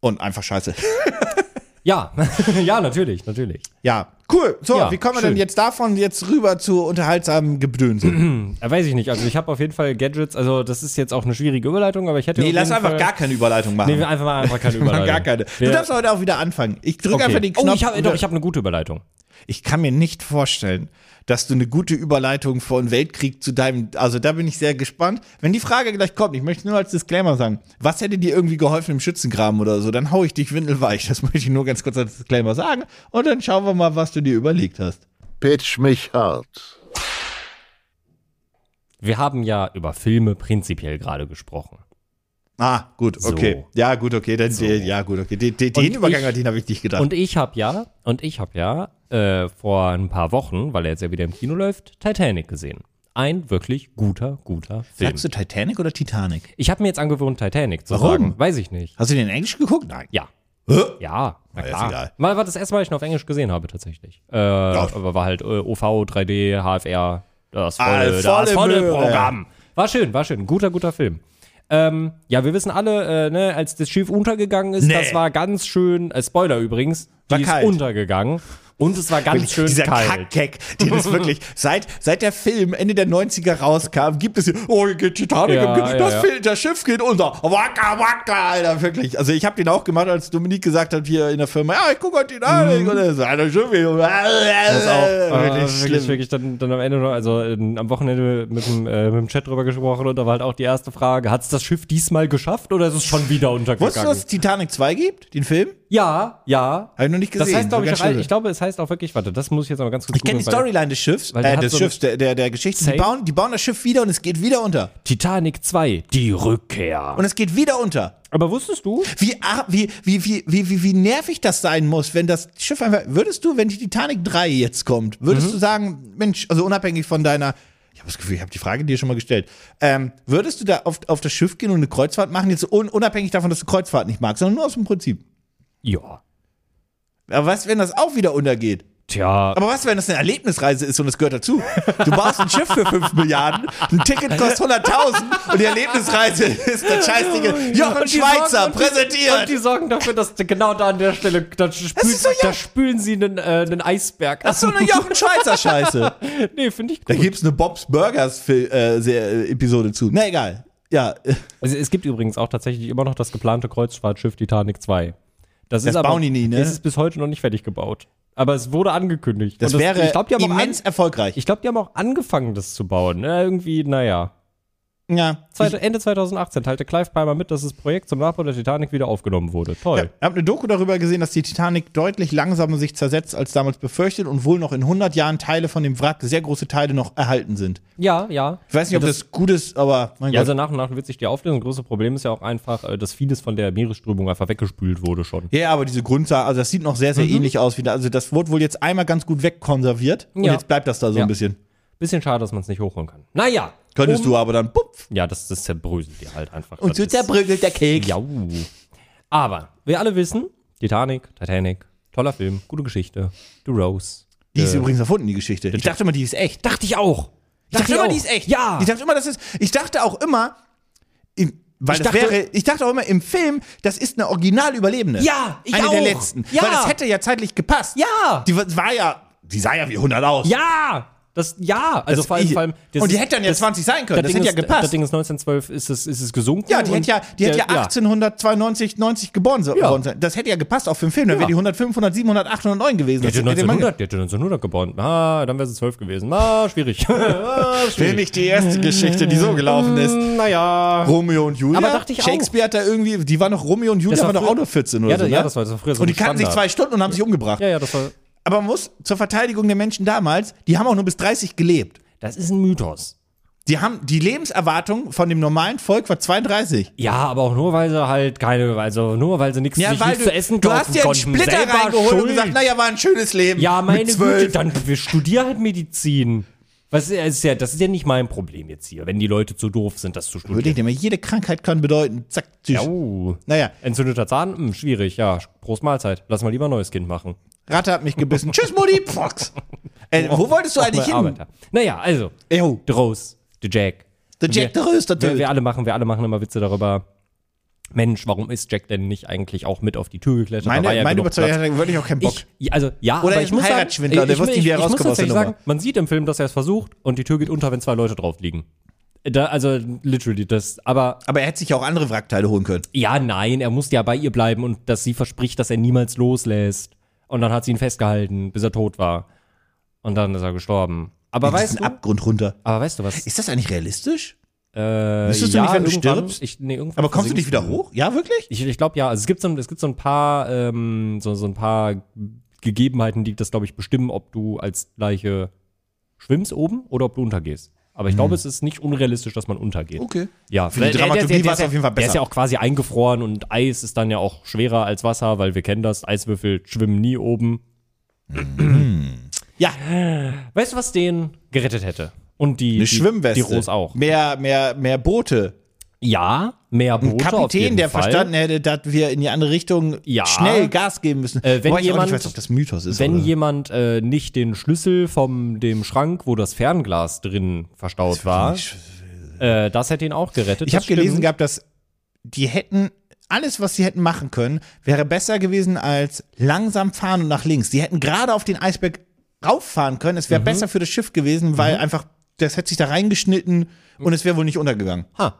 B: Und einfach scheiße.
C: Ja, ja, natürlich, natürlich.
B: Ja, cool. So,
C: Ja,
B: wie kommen wir
C: schön.
B: denn jetzt davon jetzt rüber zu unterhaltsamen Gebdönsen?
C: Äh, weiß ich nicht. Also ich habe auf jeden Fall Gadgets, also das ist jetzt auch eine schwierige Überleitung, aber ich hätte.
B: nee,
C: auf
B: lass
C: jeden
B: einfach
C: Fall,
B: gar keine Überleitung machen.
C: Nee, wir einfach mal einfach keine
B: Wir machen gar
C: Überleitung.
B: keine.
C: Wir,
B: Du darfst heute auch wieder anfangen. Ich drücke
C: okay.
B: einfach den Knopf.
C: Oh, ich habe
B: und-
C: doch, ich habe eine gute Überleitung.
B: Ich kann mir nicht vorstellen, dass du eine gute Überleitung von Weltkrieg zu deinem. Also da bin ich sehr gespannt. Wenn die Frage gleich kommt, ich möchte nur als Disclaimer sagen, was hätte dir irgendwie geholfen im Schützengraben oder so, dann hau ich dich windelweich. Das möchte ich nur ganz kurz als Disclaimer sagen. Und dann schauen wir mal, was du dir überlegt hast.
A: Pitch mich hart.
C: Wir haben ja über Filme prinzipiell gerade gesprochen.
B: Ah, gut,
C: So.
B: okay. Ja, gut, okay. Dann, Ja, gut, okay. Den, den, den
C: Und
B: Übergang,
C: ich-
B: an den habe ich nicht gedacht.
C: Und ich habe ja, und ich habe ja äh, vor ein paar Wochen, weil er jetzt ja wieder im Kino läuft, Titanic gesehen. Ein wirklich guter, guter Film.
B: Sagst du Titanic oder Titanic?
C: Ich habe mir jetzt angewöhnt, Titanic zu
B: Warum?
C: sagen. Weiß ich nicht.
B: Hast du den in Englisch geguckt? Nein.
C: Ja.
B: Hä? Ah,
C: Ja, na
B: ist
C: klar.
B: egal.
C: Mal war das erste Mal, ich ihn auf Englisch gesehen habe, tatsächlich. Äh, aber war halt äh, OV, 3D, HFR, das volle,
B: Ah,
C: das
B: volle
C: volle,
B: Möhre.
C: Programm. War schön, war schön. Guter, guter Film. Ähm, ja, wir wissen alle, äh, ne, als das Schiff untergegangen ist,
B: Nee.
C: das war ganz schön, äh, Spoiler übrigens, die
B: War
C: ist
B: kalt.
C: untergegangen und es war ganz schön
B: Dieser
C: kalt.
B: Kackkeck, den ist wirklich, seit, seit der Film Ende der 90er rauskam, gibt es hier, oh, hier geht Titanic, im
C: Ja,
B: Ge-
C: ja,
B: das,
C: ja.
B: Film, das Schiff geht unter. Waka, waka, Alter, wirklich. Also ich habe den auch gemacht, als Dominik gesagt hat, hier in der Firma, ja, ich gucke heute Titanic, und er so, Alter, Schiff geht unter.
C: Mhm. Das auch. Äh,
B: wirklich
C: wirklich,
B: schlimm.
C: wirklich, dann, dann am Ende noch, also ähm, am Wochenende mit dem, äh, mit dem Chat drüber gesprochen und da war halt auch die erste Frage, hat es das Schiff diesmal geschafft oder ist es schon wieder untergegangen?
B: Wusstest du, dass es Titanic 2 gibt, den Film?
C: Ja, ja.
B: Hab ich noch nicht
C: Das
B: gesehen,
C: heißt,
B: war
C: glaube ich,
B: ganz
C: auch,
B: schlimm.
C: ich glaube, es heißt auch wirklich, warte, das muss ich jetzt aber ganz kurz
B: Ich kenne die
C: googeln, weil
B: Storyline des Schiffs,
C: weil der
B: äh,
C: hat
B: des
C: so ein-
B: Schiffs, der, der, der Geschichte. Die
C: Safe.
B: bauen, die bauen das Schiff wieder und es geht wieder unter.
C: Titanic 2, die Rückkehr.
B: Und es geht wieder unter.
C: aber wusstest du?
B: Wie, ar- wie, wie, wie, wie, wie, wie nervig das sein muss, wenn das Schiff einfach. Würdest du, wenn die Titanic 3 jetzt kommt, würdest
C: Mhm.
B: du sagen, Mensch, also unabhängig von deiner. Ich habe das Gefühl, ich habe die Frage dir schon mal gestellt. Ähm, würdest du da auf, auf das Schiff gehen und eine Kreuzfahrt machen, jetzt un, unabhängig davon, dass du Kreuzfahrt nicht magst, sondern nur aus dem Prinzip?
C: Ja.
B: Aber was, wenn das auch wieder untergeht?
C: Tja,
B: Aber was, wenn das eine Erlebnisreise ist und es gehört dazu? Du baust ein Schiff für 5 Milliarden, ein Ticket kostet 100.000 und die Erlebnisreise ist das Scheißding. Jochen
C: Und die
B: Schweizer
C: sorgen- und die-
B: präsentiert.
C: Und die sorgen dafür, dass genau da an der Stelle, da, spülen,
B: ist so, ja.
C: da spülen sie einen, äh, einen Eisberg.
B: Das ist so eine Jochen Schweizer Scheiße.
C: nee, finde ich
B: Da
C: gut.
B: gibt's eine Bob's Burgers Fil- äh, Se- äh, Episode zu. Na egal. Ja, äh,
C: Also es gibt übrigens auch tatsächlich immer noch das geplante Kreuzfahrtschiff Titanic 2. Das, ist
B: bauen die nie, ne?
C: Es ist bis heute noch nicht fertig gebaut. Aber es wurde angekündigt.
B: das,
C: Und
B: wäre
C: ich glaub, die haben auch an-
B: immens erfolgreich.
C: Ich glaube, die haben auch angefangen, das zu bauen. Ne, irgendwie, naja.
B: Ja.
C: Zeit, Ende 2018 teilte Clive Palmer mit, dass das Projekt zum Nachbau der Titanic wieder aufgenommen wurde.
B: Ja,
C: Toll.
B: ich habe eine Doku darüber gesehen, dass die Titanic deutlich langsamer sich zersetzt als damals befürchtet und wohl noch in 100 Jahren Teile von dem Wrack, sehr große Teile noch erhalten sind.
C: Ja, ja.
B: Ich weiß nicht, ob das, gut ist, aber mein
C: Ja,
B: Gott.
C: also nach und nach wird sich die Auflösung. Das große Problem ist ja auch einfach, äh, dass vieles von der Meeresströmung einfach weggespült wurde schon.
B: Ja, ja, aber diese Grundsache, also das sieht noch sehr, sehr ähnlich aus. Wie da, also das wurde wohl jetzt einmal ganz gut wegkonserviert und
C: Ja.
B: jetzt bleibt das da so
C: Ja.
B: ein bisschen.
C: Bisschen schade, dass man es nicht hochholen kann. Naja.
B: Könntest du aber dann, pupf,
C: Ja, das, das zerbröselt dir halt einfach.
B: und so
C: das ist-
B: zerbröckelt der Keks.
C: Ja. Aber wir alle wissen, Titanic, Titanic, toller Film, gute Geschichte. The Rose.
B: Die ist übrigens erfunden, die Geschichte. Ich dachte immer, die ist echt.
C: Dachte ich auch.
B: Ich dachte immer, die ist echt.
C: Ja.
B: Ich dachte immer, das ist. Ich dachte auch immer, im, weil
C: Ich
B: das
C: dachte-
B: wäre. Ich dachte auch immer im Film, das ist eine Originalüberlebende.
C: Ja, ich
B: eine der
C: auch.
B: letzten.
C: Ja.
B: Weil das hätte ja zeitlich gepasst.
C: Ja.
B: Die war- war ja. Die sah ja wie 100 aus.
C: ja. Das, ja. Also
B: Das-
C: vor allem,
B: ich-
C: vor allem das
B: und die
C: ist-
B: hätte dann ja
C: das-
B: 20 sein können. Das
C: Ding
B: hätte ja
C: ist,
B: gepasst.
C: Das Ding ist 1912, ist es, ist es gesunken.
B: Ja, die hätte ja, die hätte ja
C: der-
B: 1892 geboren so-
C: Ja.
B: worden sein. Das hätte ja gepasst auch für den Film. Dann
C: Ja.
B: wäre die 100, 500, 700, 809 gewesen.
C: Die
B: Das
C: hätte
B: hätte man-
C: 1900, die hätte 1900 geboren. Ah, dann wäre sie 12 gewesen. Ah, schwierig. ah,
B: Wäre
C: schwierig.
B: nicht die erste Geschichte, die so gelaufen ist.
C: Naja.
B: Romeo und Julia.
C: Ah. Aber dachte ich auch.
B: Shakespeare hat da irgendwie, die war noch Romeo und Julia,
C: Das
B: war
C: war
B: doch
C: früher-
B: auch nur 14 oder
C: Ja,
B: so.
C: da-
B: Ne?
C: ja, das war- das war früher so
B: Und die
C: ein
B: kannten sich
C: Standard.
B: zwei Stunden und haben sich umgebracht.
C: Ja, ja, das war.
B: Aber man muss zur Verteidigung der Menschen damals, die haben auch nur bis 30 gelebt.
C: Das ist ein Mythos.
B: Die haben die Lebenserwartung von dem normalen Volk war 32.
C: Ja, aber auch nur, weil sie halt keine, also nur, weil sie nichts sich nichts zu essen
B: du hast
C: kaufen
B: dir einen
C: konnten.
B: Splitter
C: Selber
B: reingeholt
C: schuld.
B: und gesagt, naja, war ein schönes Leben.
C: Ja, meine
B: mit zwölf.
C: Güte, dann wir studier halt Medizin. Was ist- ist ja, das ist ja nicht mein Problem jetzt hier, wenn die Leute zu doof sind, das zu
B: Würde ich
C: studieren.
B: dir mal, jede Krankheit kann bedeuten, zack, tschüss.
C: Au.
B: Naja,
C: Entzündeter Zahn? Hm, schwierig, ja. Prost Mahlzeit. Lass mal lieber ein neues Kind machen.
B: Ratte hat mich gebissen. tschüss, Mutti, Fox. Äh, wo wolltest du eigentlich
C: Mein
B: hin?
C: Arbeiter. Naja, also,
B: Ejo,
C: The Rose, The Jack.
B: der Jack der Röster
C: Wir, wir alle machen, wir alle machen immer Witze darüber. Mensch, warum ist Jack denn nicht eigentlich auch mit auf die Tür geklettert? Da war
B: Meine,
C: ja
B: meine
C: genug
B: Überzeugung
C: Platz.
B: hatte wirklich auch keinen Bock.
C: Ich, ja, also, ja,
B: Oder
C: aber
B: ist
C: ich
B: ein
C: muss sagen,
B: Heiratsschwindler, der
C: ich,
B: wusste nicht,
C: ich,
B: wie er
C: ich muss
B: rauskommt aus der
C: tatsächlich
B: Nummer.
C: sagen, man sieht im Film, dass er es versucht und die Tür geht unter, wenn zwei Leute drauf liegen. Da, also, literally, das, aber,
B: Aber er hätte sich ja auch andere Wrackteile holen können.
C: ja, nein, er muss ja bei ihr bleiben und dass sie verspricht, dass er niemals loslässt. Und dann hat sie ihn festgehalten, bis er tot war. Und dann ist er gestorben. Aber
B: Das
C: weißt
B: ist
C: du,
B: ein Abgrund runter.
C: aber weißt du was?
B: Ist das eigentlich realistisch?
C: Äh,
B: Wüsstest du nicht, wenn du
C: irgendwann-
B: stirbst?
C: Ich, nee, irgendwann
B: Aber kommst du nicht
C: versinkst
B: wieder hoch? Ja, wirklich?
C: Ich, ich glaube ja, also es gibt so, ein- es gibt so ein paar, ähm, so, so ein paar Gegebenheiten, die das, glaube ich, bestimmen, ob du als Leiche schwimmst oben oder ob du untergehst. Aber ich
B: Mhm.
C: glaube, es ist nicht unrealistisch, dass man untergeht.
B: Okay.
C: Ja,
B: Für die
C: weil der- der-
B: Dramaturgie
C: der- der
B: war's
C: ist ja-
B: auf jeden Fall
C: Der ist
B: besser.
C: ja auch quasi eingefroren und Eis ist dann ja auch schwerer als Wasser, weil wir kennen das, Eiswürfel schwimmen nie oben.
B: Mhm. Ja,
C: Weißt du, was den gerettet hätte? Und die,
B: eine
C: die,
B: Schwimmweste.
C: die Rose auch.
B: Mehr, mehr, mehr Boote.
C: Ja, mehr Boote
B: Ein
C: auf jeden
B: Kapitän, der
C: Fall.
B: verstanden hätte, dass wir in die andere Richtung
C: Ja.
B: schnell Gas geben müssen.
C: Äh, wenn
B: Wobei ich auch
C: jemand-
B: nicht weiß, ob das Mythos ist.
C: Wenn
B: oder?
C: jemand äh, nicht den Schlüssel vom dem Schrank, wo das Fernglas drin verstaut war, äh, das hätte ihn auch gerettet.
B: ich habe
C: das stimmt.
B: gelesen gehabt, dass die hätten alles, was sie hätten machen können, wäre besser gewesen als langsam fahren und nach links. Sie hätten gerade auf den Eisberg rauffahren können. Es
C: Mhm.
B: wäre besser für das Schiff gewesen, weil einfach das hätte sich da reingeschnitten und es wäre wohl nicht untergegangen.
C: Ha.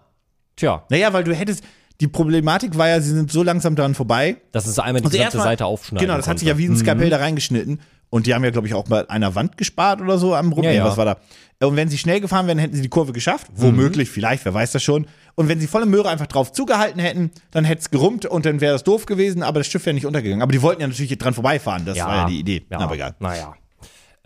C: Tja,
B: Naja, weil du hättest. Die Problematik war ja, sie sind so langsam daran vorbei.
C: das ist einmal die
B: Also
C: gesamte
B: erstmal-
C: Seite aufschneiden.
B: Genau, das hat
C: konnte.
B: sich
C: Mhm.
B: ja wie ein Skalpell da reingeschnitten. Und die haben ja, glaube ich, auch bei einer Wand gespart oder so am Rücken.
C: Ja, Mhm. ja.
B: Was war da? Und wenn sie schnell gefahren wären, hätten sie die Kurve geschafft. Womöglich, vielleicht, wer weiß das schon. Und wenn sie volle Möhre einfach drauf zugehalten hätten, dann hätte es gerummt und dann wäre das doof gewesen, aber das Schiff wäre nicht untergegangen. Aber die wollten ja natürlich dran vorbeifahren. Das
C: ja,
B: war ja die Idee.
C: Ja,
B: Aber egal.
C: Naja.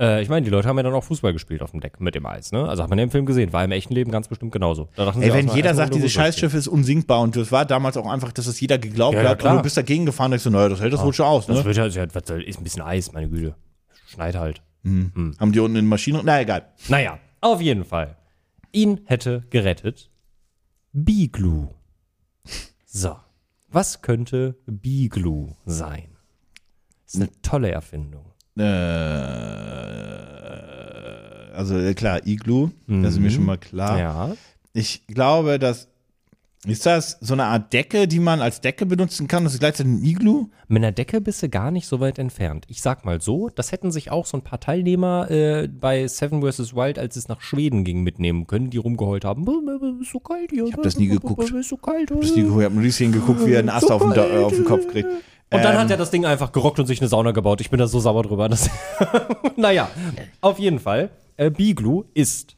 C: Äh, ich meine, die Leute haben ja dann auch Fußball gespielt auf dem Deck mit dem Eis, ne? Also hat man ja im Film gesehen, war im echten Leben ganz bestimmt genauso. Da dachten
B: Ey,
C: sie
B: wenn
C: erstmal-
B: jeder
C: erstmal
B: sagt,
C: nur
B: dieses
C: Fußball spielen.
B: Scheißschiff ist unsinkbar und das war damals auch einfach, dass das jeder geglaubt
C: Ja, ja,
B: hat
C: klar.
B: und du bist dagegen gefahren und ich so, naja, das hält das wohl schon aus,
C: Das
B: ne?
C: wird ja, ist ja- was soll- ist ein bisschen Eis, meine Güte. Schneit halt.
B: Haben die unten in den Maschinen, na egal.
C: Naja, auf jeden Fall. Ihn hätte gerettet Biglu. So, was könnte Biglu sein? Ist eine Ne- tolle Erfindung.
B: Äh, also äh, klar, Iglu, das ist mir schon mal klar.
C: Mhm. Ja.
B: Ich glaube, dass. Ist das so eine Art Decke, die man als Decke benutzen kann? Das ist gleichzeitig ein Iglu?
C: Mit einer Decke bist du gar nicht so weit entfernt. Ich sag mal so, das hätten sich auch so ein paar Teilnehmer äh, bei Seven vs. Wild, als es nach Schweden ging, mitnehmen können, die rumgeheult haben. Ist so kalt hier. Ich
B: hab das nie geguckt.
C: Ist so kalt.
B: Das Iglu, ich habe nur bisschen geguckt, wie er einen Ast auf den, Do- äh, auf den Kopf kriegt.
C: Und dann
B: Ähm.
C: hat er das Ding einfach gerockt und sich eine Sauna gebaut. Ich bin da so sauer drüber. Das naja, auf jeden Fall. Äh, Biglu ist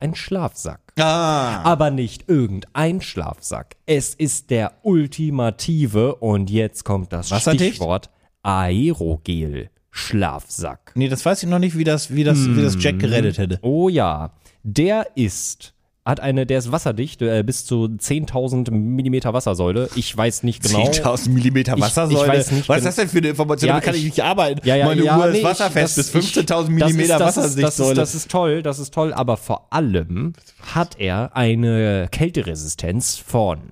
C: ein Schlafsack.
B: Ah.
C: Aber nicht irgendein Schlafsack. Es ist der ultimative, und jetzt kommt das
B: Wasserdicht?
C: Stichwort, Aerogel. Schlafsack.
B: Nee, das weiß ich noch nicht, wie das, wie das, wie
C: Mhm.
B: das Jack gerettet hätte.
C: Oh ja, der ist hat eine, der ist wasserdicht äh, bis zu 10.000 Millimeter Wassersäule. Ich weiß nicht genau.
B: 10.000 Millimeter
C: Ich-
B: Wassersäule.
C: ich weiß nicht
B: Was
C: gen-
B: ist das denn für eine Information?
C: Ja,
B: Damit kann ich,
C: ich-
B: nicht arbeiten.
C: Ja, ja,
B: Meine
C: ja,
B: Uhr
C: nee,
B: ist
C: ich-
B: wasserfest bis
C: das-
B: 15.000
C: ich- das ist-
B: Millimeter
C: das ist- das ist,
B: Wassersichtsäule.
C: das ist toll, das ist toll, aber vor allem hat er eine Kälteresistenz von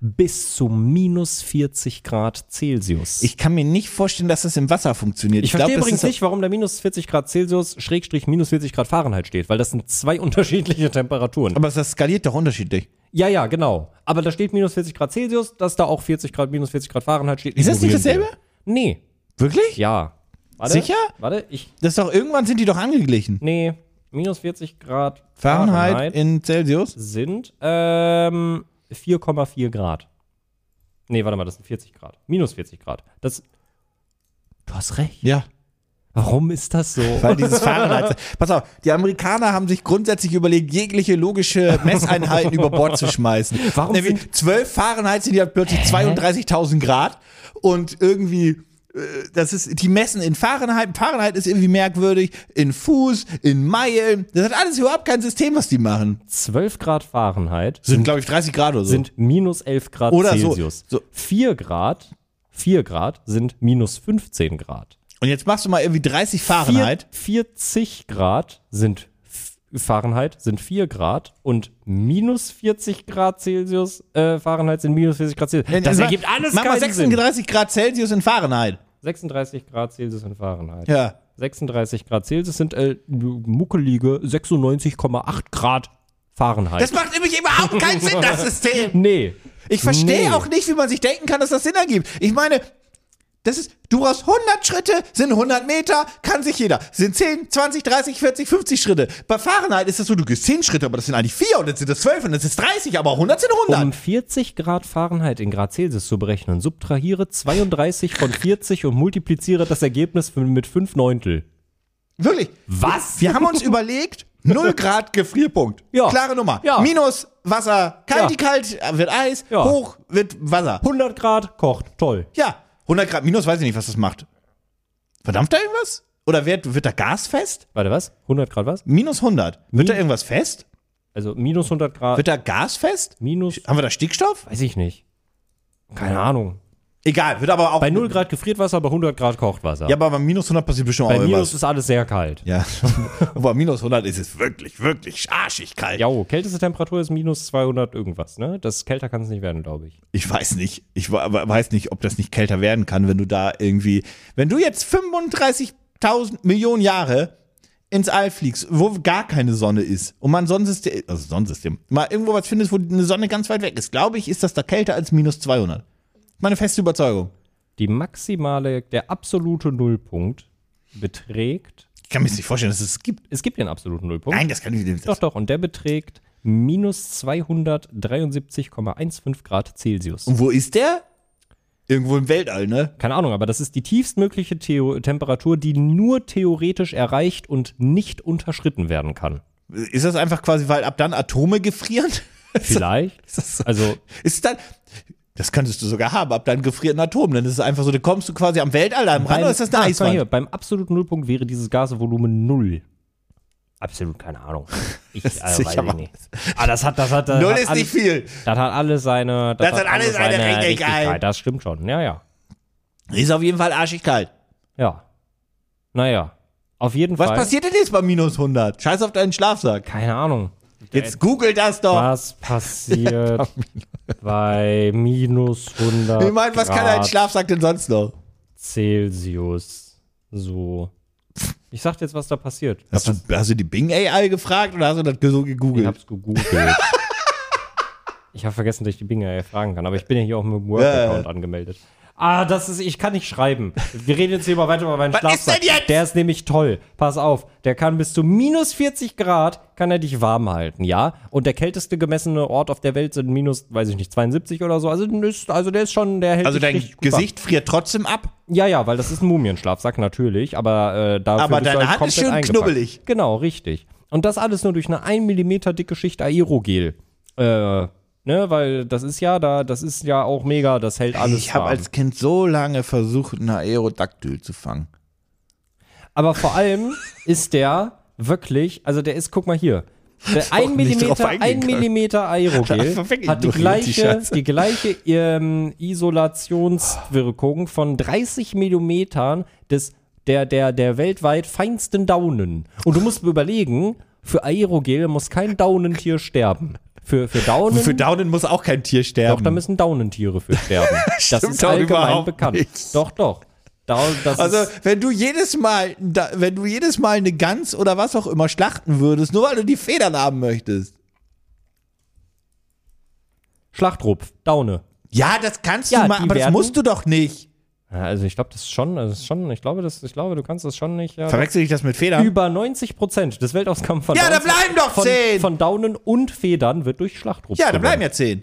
C: bis zu minus 40 Grad Celsius.
B: ich kann mir nicht vorstellen, dass das im Wasser funktioniert.
C: Ich verstehe
B: glaub, das
C: übrigens
B: ist-
C: nicht, warum da minus 40 Grad Celsius schrägstrich minus 40 Grad Fahrenheit steht, weil das sind zwei unterschiedliche Temperaturen.
B: Aber das skaliert doch unterschiedlich.
C: Ja, ja, genau. Aber da steht minus 40 Grad Celsius, dass da auch 40 Grad minus 40 Grad Fahrenheit steht.
B: Ist das nicht
C: ignorieren
B: dasselbe?
C: wir. Nee,
B: Wirklich?
C: ja. Warte,
B: Sicher?
C: Warte, ich,
B: Das ist doch, irgendwann sind die doch angeglichen.
C: nee, minus 40 Grad
B: Fahrenheit,
C: Fahrenheit
B: in Celsius?
C: sind ähm, 4,4 Grad. Nee, warte mal, das sind 40 Grad. Minus 40 Grad. Das, du hast recht.
B: Ja.
C: Warum ist das so?
B: Weil dieses Fahrenheit. Pass auf, die Amerikaner haben sich grundsätzlich überlegt, jegliche logische Messeinheiten über Bord zu schmeißen.
C: Warum
B: Nämlich 12 Fahrenheit sind ja plötzlich 32.000 Grad und irgendwie. äh, Das ist, die messen in Fahrenheit. Fahrenheit ist irgendwie merkwürdig. In Fuß, in Meilen. Das hat alles überhaupt kein System, was die machen.
C: 12 Grad Fahrenheit
B: Sind, glaube ich, 30 Grad oder so.
C: sind minus 11 Grad
B: Oder so,
C: Celsius.
B: so.
C: 4 Grad, 4 Grad sind minus 15 Grad.
B: und jetzt machst du mal irgendwie 30 Fahrenheit.
C: Vier, 40 Grad sind f- Fahrenheit sind 4 Grad und minus 40 Grad Celsius äh, Fahahrenheit sind minus 40 Grad Celsius. Das
B: Mach-
C: ergibt alles
B: Mach mal
C: keinen Sinn.
B: 36 Grad Celsius in Fahrenheit.
C: 36 Grad Celsius in Fahrenheit.
B: Ja.
C: 36 Grad Celsius sind äh, muckelige 96,8 Grad Fahrenheit.
B: Das macht nämlich überhaupt keinen Sinn, das System.
C: nee.
B: Ich verstehe
C: Nee.
B: auch nicht, wie man sich denken kann, dass das Sinn ergibt. Ich meine, das ist, du brauchst 100 Schritte, sind 100 Meter, kann sich jeder. Sind 10, 20, 30, 40, 50 Schritte. Bei Fahrenheit ist das so, du gehst 10 Schritte, aber das sind eigentlich 4 und jetzt sind das 12 und jetzt ist 30, aber 100 sind 100.
C: Um 40 Grad Fahrenheit in Grad Celsius zu berechnen, subtrahiere 32 von 40 und multipliziere das Ergebnis f- mit 5 Neuntel.
B: Wirklich.
C: Was?
B: Wir haben uns überlegt, 0 Grad Gefrierpunkt.
C: Ja.
B: Klare Nummer.
C: Ja.
B: Minus Wasser,
C: Ja.
B: kalt, die kalt, äh, wird Eis,
C: Ja.
B: hoch, wird Wasser.
C: 100 Grad kocht. Toll.
B: Ja, 100 Grad minus, weiß ich nicht, was das macht. Verdampft da irgendwas? Oder wird, wird da Gas fest?
C: Warte, was? 100 Grad was?
B: Minus 100. Wird da irgendwas fest?
C: Also minus 100 Grad.
B: Wird da Gas fest?
C: Minus.
B: Haben wir da Stickstoff?
C: Weiß ich nicht. Keine Ahnung.
B: Egal, wird aber auch.
C: Bei 0 Grad gefriert Wasser, bei 100 Grad kocht Wasser.
B: ja, aber bei minus 100 passiert bestimmt
C: bei
B: auch
C: minus
B: irgendwas.
C: ist alles sehr kalt.
B: Ja, aber bei minus 100 ist es wirklich, wirklich arschig kalt.
C: Ja, oh, kälteste Temperatur ist minus 200 irgendwas, ne? Das kälter kann es nicht werden, glaube ich.
B: Ich weiß nicht. Ich wa- aber weiß nicht, ob das nicht kälter werden kann, wenn du da irgendwie. Wenn du jetzt 35.000 Millionen Jahre ins All fliegst, wo gar keine Sonne ist und man Sonnensystem, also Sonnensystem, mal irgendwo was findest, wo eine Sonne ganz weit weg ist, glaube ich, ist das da kälter als minus 200. Meine feste Überzeugung.
C: Die maximale, der absolute Nullpunkt beträgt.
B: Ich kann mir das nicht vorstellen, dass es das gibt.
C: Es gibt den absoluten Nullpunkt.
B: Nein, das kann ich nicht.
C: Doch, doch, und der beträgt minus 273,15 Grad Celsius.
B: Und wo ist der? Irgendwo im Weltall, ne?
C: Keine Ahnung, aber das ist die tiefstmögliche Theo Temperatur, die nur theoretisch erreicht und nicht unterschritten werden kann.
B: Ist das einfach quasi, weil ab dann Atome gefrieren?
C: Vielleicht. Also,
B: Ist dann. Das könntest du sogar haben, ab deinem gefrierten Atom. Dann ist es einfach so, du kommst du quasi am Weltall am Rand oder ist das eine
C: Ah, guck mal
B: Eiswand?
C: hier, beim absoluten Nullpunkt wäre dieses Gasvolumen null. Absolut keine Ahnung. Ich äh, weiß
B: sicher
C: ich
B: mal-
C: nicht. Ah, das hat, das hat, das
B: Null
C: hat
B: ist
C: alles-
B: Äh, nicht viel.
C: Das hat alles seine, das,
B: hat alles seine Richtigkeit.
C: Das stimmt schon. Ja, ja.
B: Ist auf jeden Fall arschig kalt.
C: Ja. Naja. Auf jeden
B: Was
C: Fall.
B: passiert denn jetzt bei minus 100? Scheiß auf deinen Schlafsack.
C: Keine Ahnung.
B: Jetzt google das doch.
C: Was passiert bei minus 100
B: Ich meine, was
C: Grad
B: kann ein Schlafsack denn sonst noch?
C: Celsius? So. Ich sag jetzt, was da passiert.
B: Hast du, hast du die Bing AI gefragt oder hast du das so
C: Ich
B: gegoogelt?
C: hab's gegoogelt. ich habe vergessen, dass ich die Binger ja fragen kann, aber ich bin ja hier auch mit dem
B: Ja,
C: Work-Account
B: ja.
C: angemeldet. Ah, das ist, ich kann nicht schreiben. Wir reden jetzt hier mal weiter über meinen
B: Was ist
C: Schlafsack.
B: denn jetzt?
C: Der ist nämlich toll. Pass auf, der kann bis zu minus 40 Grad, kann er dich warm halten, ja? Und der kälteste gemessene Ort auf der Welt sind minus, weiß ich nicht, 72 oder so. Also, ist, also der ist schon, der hält
B: Also
C: dich
B: dein
C: richtig gut warm.
B: Gesicht friert trotzdem ab.
C: Ja, ja, weil das ist ein Mumienschlafsack, natürlich, aber äh, dafür
B: Aber
C: bist du
B: deine
C: halt
B: Hand ist
C: komplett
B: schön
C: eingepackt.
B: knubbelig.
C: Genau, richtig. Und das alles nur durch eine 1 mm dicke Schicht Aerogel. Äh, ne, weil das ist ja da, das ist ja auch mega, das hält alles.
B: ich habe
C: warm.
B: als Kind so lange versucht, eine Aerodactyl zu fangen.
C: Aber vor allem ist der wirklich, also der ist, guck mal hier. Der 1
B: auch nicht drauf
C: Millimeter, ein
B: eingegangen.
C: Millimeter Aerogel
B: Einfach weg
C: hat die
B: ignoriert, die
C: gleiche,
B: Scheiße.
C: die gleiche ähm, Isolationswirkung von 30 Millimetern des, der, der, der weltweit feinsten Daunen. Und du musst überlegen, für Aerogel muss kein Daunentier sterben. Für, für Daunen,
B: Für Daunen muss auch kein Tier sterben.
C: doch, da müssen Daunentiere für sterben. das
B: Stimmt
C: ist
B: doch
C: allgemein
B: überhaupt
C: bekannt.
B: nicht.
C: Doch, doch. Da, das
B: Also,
C: ist,
B: wenn du jedes Mal, da, wenn du jedes Mal eine Gans oder was auch immer schlachten würdest, nur weil du die Federn haben möchtest.
C: Schlachtrupf, Daune.
B: Ja, das kannst
C: Ja,
B: du mal,
C: die
B: aber das
C: werden-
B: musst du doch nicht.
C: Ja, also ich glaube, das ist schon, also das ist schon, ich glaube, das, ich glaube, du kannst das schon nicht. Ja,
B: Verwechsel ich das mit Federn?
C: über 90 Prozent des Weltauskommen von
B: Ja, da
C: Downs-
B: bleiben doch
C: von,
B: zehn!
C: von Daunen und Federn wird durch Schlachtruf.
B: Ja, da bleiben ja zehn.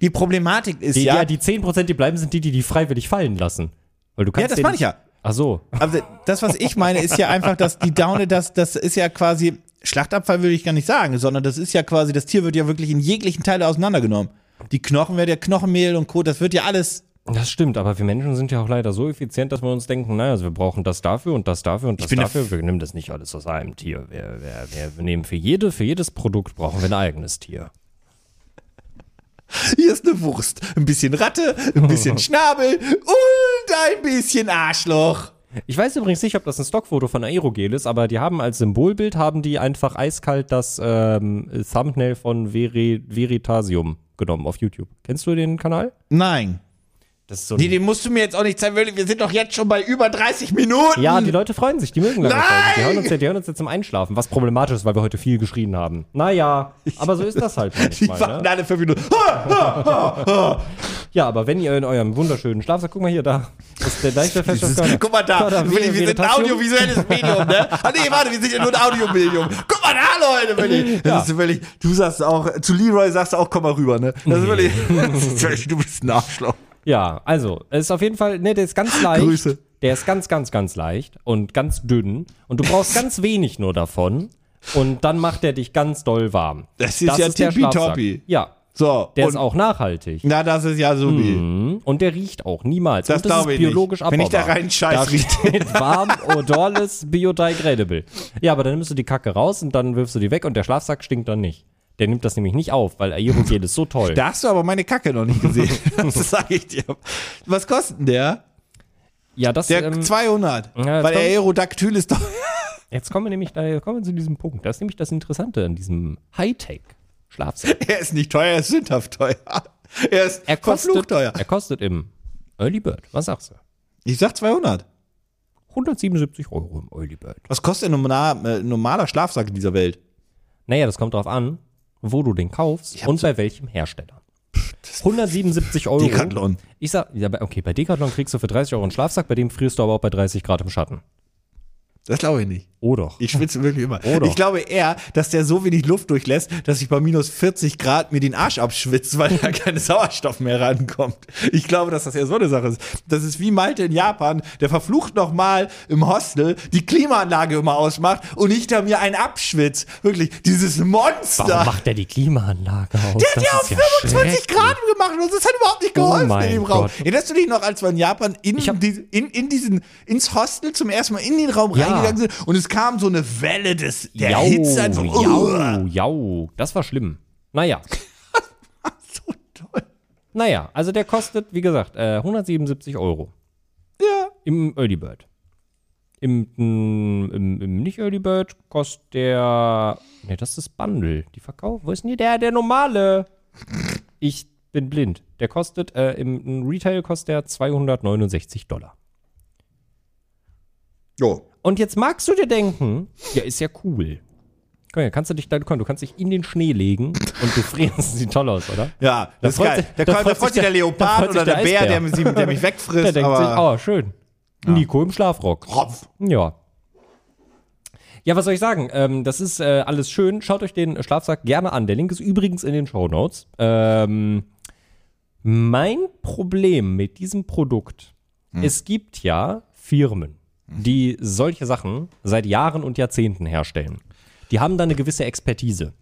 B: Die Problematik ist
C: die,
B: ja,
C: ja. die 10 Prozent, die bleiben, sind die, die die freiwillig fallen lassen. Weil du kannst
B: das
C: den-
B: meine ich ja.
C: Ach so.
B: Also das, was ich meine, ist ja einfach, dass die Daune, das, das ist ja quasi, Schlachtabfall würde ich gar nicht sagen, sondern das ist ja quasi, das Tier wird ja wirklich in jeglichen Teile auseinandergenommen. Die Knochen werden ja Knochenmehl und Co., das wird ja alles.
C: Das stimmt, aber wir Menschen sind ja auch leider so effizient, dass wir uns denken, naja, also wir brauchen das dafür und das dafür und das
B: bin der
C: dafür. Wir nehmen das nicht alles aus einem Tier. Wir, wir, wir, wir nehmen für, jede, für jedes Produkt brauchen wir ein eigenes Tier.
B: Hier ist eine Wurst, ein bisschen Ratte, ein bisschen Schnabel und ein bisschen Arschloch.
C: Ich weiß übrigens nicht, ob das ein Stockfoto von Aerogel ist, aber die haben als Symbolbild, haben die einfach eiskalt das ähm, Thumbnail von Veri Veritasium genommen auf YouTube. Kennst du den Kanal?
B: Nein.
C: Das ist so
B: Nee, den musst du mir jetzt auch nicht zeigen, Willi, wir sind doch jetzt schon bei über 30 Minuten.
C: ja, die Leute freuen sich, die mögen lange
B: Nein!
C: Folgen. Die hören, uns ja, die hören uns ja zum Einschlafen, was problematisch ist, weil wir heute viel geschrien haben. Naja, aber so ist das halt
B: die
C: manchmal.
B: warten
C: Ne?
B: alle fünf Minuten. Ha, ha, ha, ha.
C: Ja, aber wenn ihr in eurem wunderschönen Schlafsack, guck mal hier, da ist der leichte
B: Dieses,
C: Feststoff.
B: guck mal da,
C: Körner,
B: Willi, wir sind ein
C: Veritasium.
B: audiovisuelles Medium, ne? Ah, nee, warte, wir sind ja nur ein Audiomedium. Guck mal da, Leute, Willi. Das ist wirklich, du sagst auch, zu Leroy sagst du auch, komm mal rüber, ne? Das ist wirklich, das ist wirklich du bist ein Arschloch.
C: Ja, also, es ist auf jeden Fall, ne, der ist ganz leicht.
B: Grüße.
C: Der ist ganz, ganz, ganz leicht und ganz dünn. Und du brauchst ganz wenig nur davon. Und dann macht der dich ganz doll warm.
B: Das ist ja
C: der
B: tippitoppi.
C: Schlafsack. Ja,
B: So,
C: der
B: und,
C: ist auch nachhaltig.
B: na, das ist ja so wie.
C: Und der riecht auch niemals.
B: Das
C: und das
B: glaube
C: ist
B: ich nicht.
C: biologisch
B: Wenn ich da
C: abbaubar.
B: reinscheiß,
C: Da
B: riecht-
C: steht warm, odorless, biodegradable. Ja, aber dann nimmst du die Kacke raus und dann wirfst du die weg und der Schlafsack stinkt dann nicht. Der nimmt das nämlich nicht auf, weil Aerogel ist so toll.
B: Da hast du aber meine Kacke noch nicht gesehen. das sage ich dir. Was kostet denn der?
C: Ja, das,
B: Der
C: ähm,
B: 200.
C: ja, jetzt
B: weil der
C: kommt-
B: Aerodactyl ist doch.
C: Jetzt kommen wir nämlich da, kommen wir zu diesem Punkt. Das ist nämlich das Interessante an diesem Hightech-Schlafsack.
B: Er ist nicht teuer, er ist sündhaft teuer. Er ist
C: Er
B: verflucht
C: kostet,
B: teuer.
C: er kostet im Early Bird, was sagst du?
B: Ich sag 200.
C: 177 Euro im Early Bird.
B: Was kostet ein normaler, äh, normaler Schlafsack in dieser Welt?
C: Naja, das kommt darauf an, wo du den kaufst und bei welchem Hersteller. 177 Euro.
B: Decathlon.
C: Ich sag, ja, bei- okay, bei Decathlon kriegst du für 30 Euro einen Schlafsack, bei dem frierst du aber auch bei 30 Grad im Schatten.
B: Das glaube ich nicht.
C: Oh doch. Oh
B: Ich schwitze wirklich immer.
C: Oder?
B: Ich glaube eher, dass der so wenig Luft durchlässt, dass ich bei minus 40 Grad mir den Arsch abschwitze, weil da kein Sauerstoff mehr rankommt. Ich glaube, dass das eher so eine Sache ist. Das ist wie Malte in Japan, der verflucht nochmal im Hostel die Klimaanlage immer ausmacht und ich da mir einen abschwitz. Wirklich, dieses Monster.
C: Warum macht der die Klimaanlage aus?
B: Der hat ja auf 25 Grad gemacht und das hat überhaupt nicht geholfen
C: Oh mein
B: in dem Raum.
C: Gott.
B: Erinnerst du dich noch, als wir in Japan in,
C: Ich hab-
B: die, in, in diesen, ins Hostel zum ersten Mal in den Raum
C: Ja.
B: reingegangen sind und es kam so eine Welle des, der
C: jau,
B: Hitze oh, einfach.
C: jau, jau. Das war schlimm. Naja.
B: So toll.
C: Naja, also der kostet, wie gesagt, äh, 177 Euro.
B: Ja.
C: Im Early Bird. Im, m, im, im nicht Early Bird kostet der. Ne, das ist Bundle. Die verkauft. Wo ist denn hier der, der normale? Ich bin blind. Der kostet, äh, im, im Retail kostet der 269 Dollar.
B: Jo.
C: Und jetzt magst du dir denken, ja, ist ja cool. Komm, ja, kannst du dich dann, komm, du kannst dich in den Schnee legen und du frierst. Sieht toll aus, oder?
B: Ja, das ist
C: freut
B: geil.
C: sich-
B: da
C: da
B: freut, da
C: freut
B: freut
C: sich
B: sich der
C: der- da
B: Leopard
C: freut
B: oder
C: sich
B: der,
C: der
B: Bär, der,
C: Eisbär.
B: mich- der mich wegfrisst.
C: Der denkt sich,
B: aber
C: oh, schön. Nico im Schlafrock.
B: Kropf.
C: Ja. Ja, was soll ich sagen? Ähm, das ist äh, alles schön. Schaut euch den Schlafsack gerne an. Der Link ist übrigens in den Show Notes. Ähm, mein Problem mit diesem Produkt, es gibt ja Firmen, die solche Sachen seit Jahren und Jahrzehnten herstellen. die haben da eine gewisse Expertise.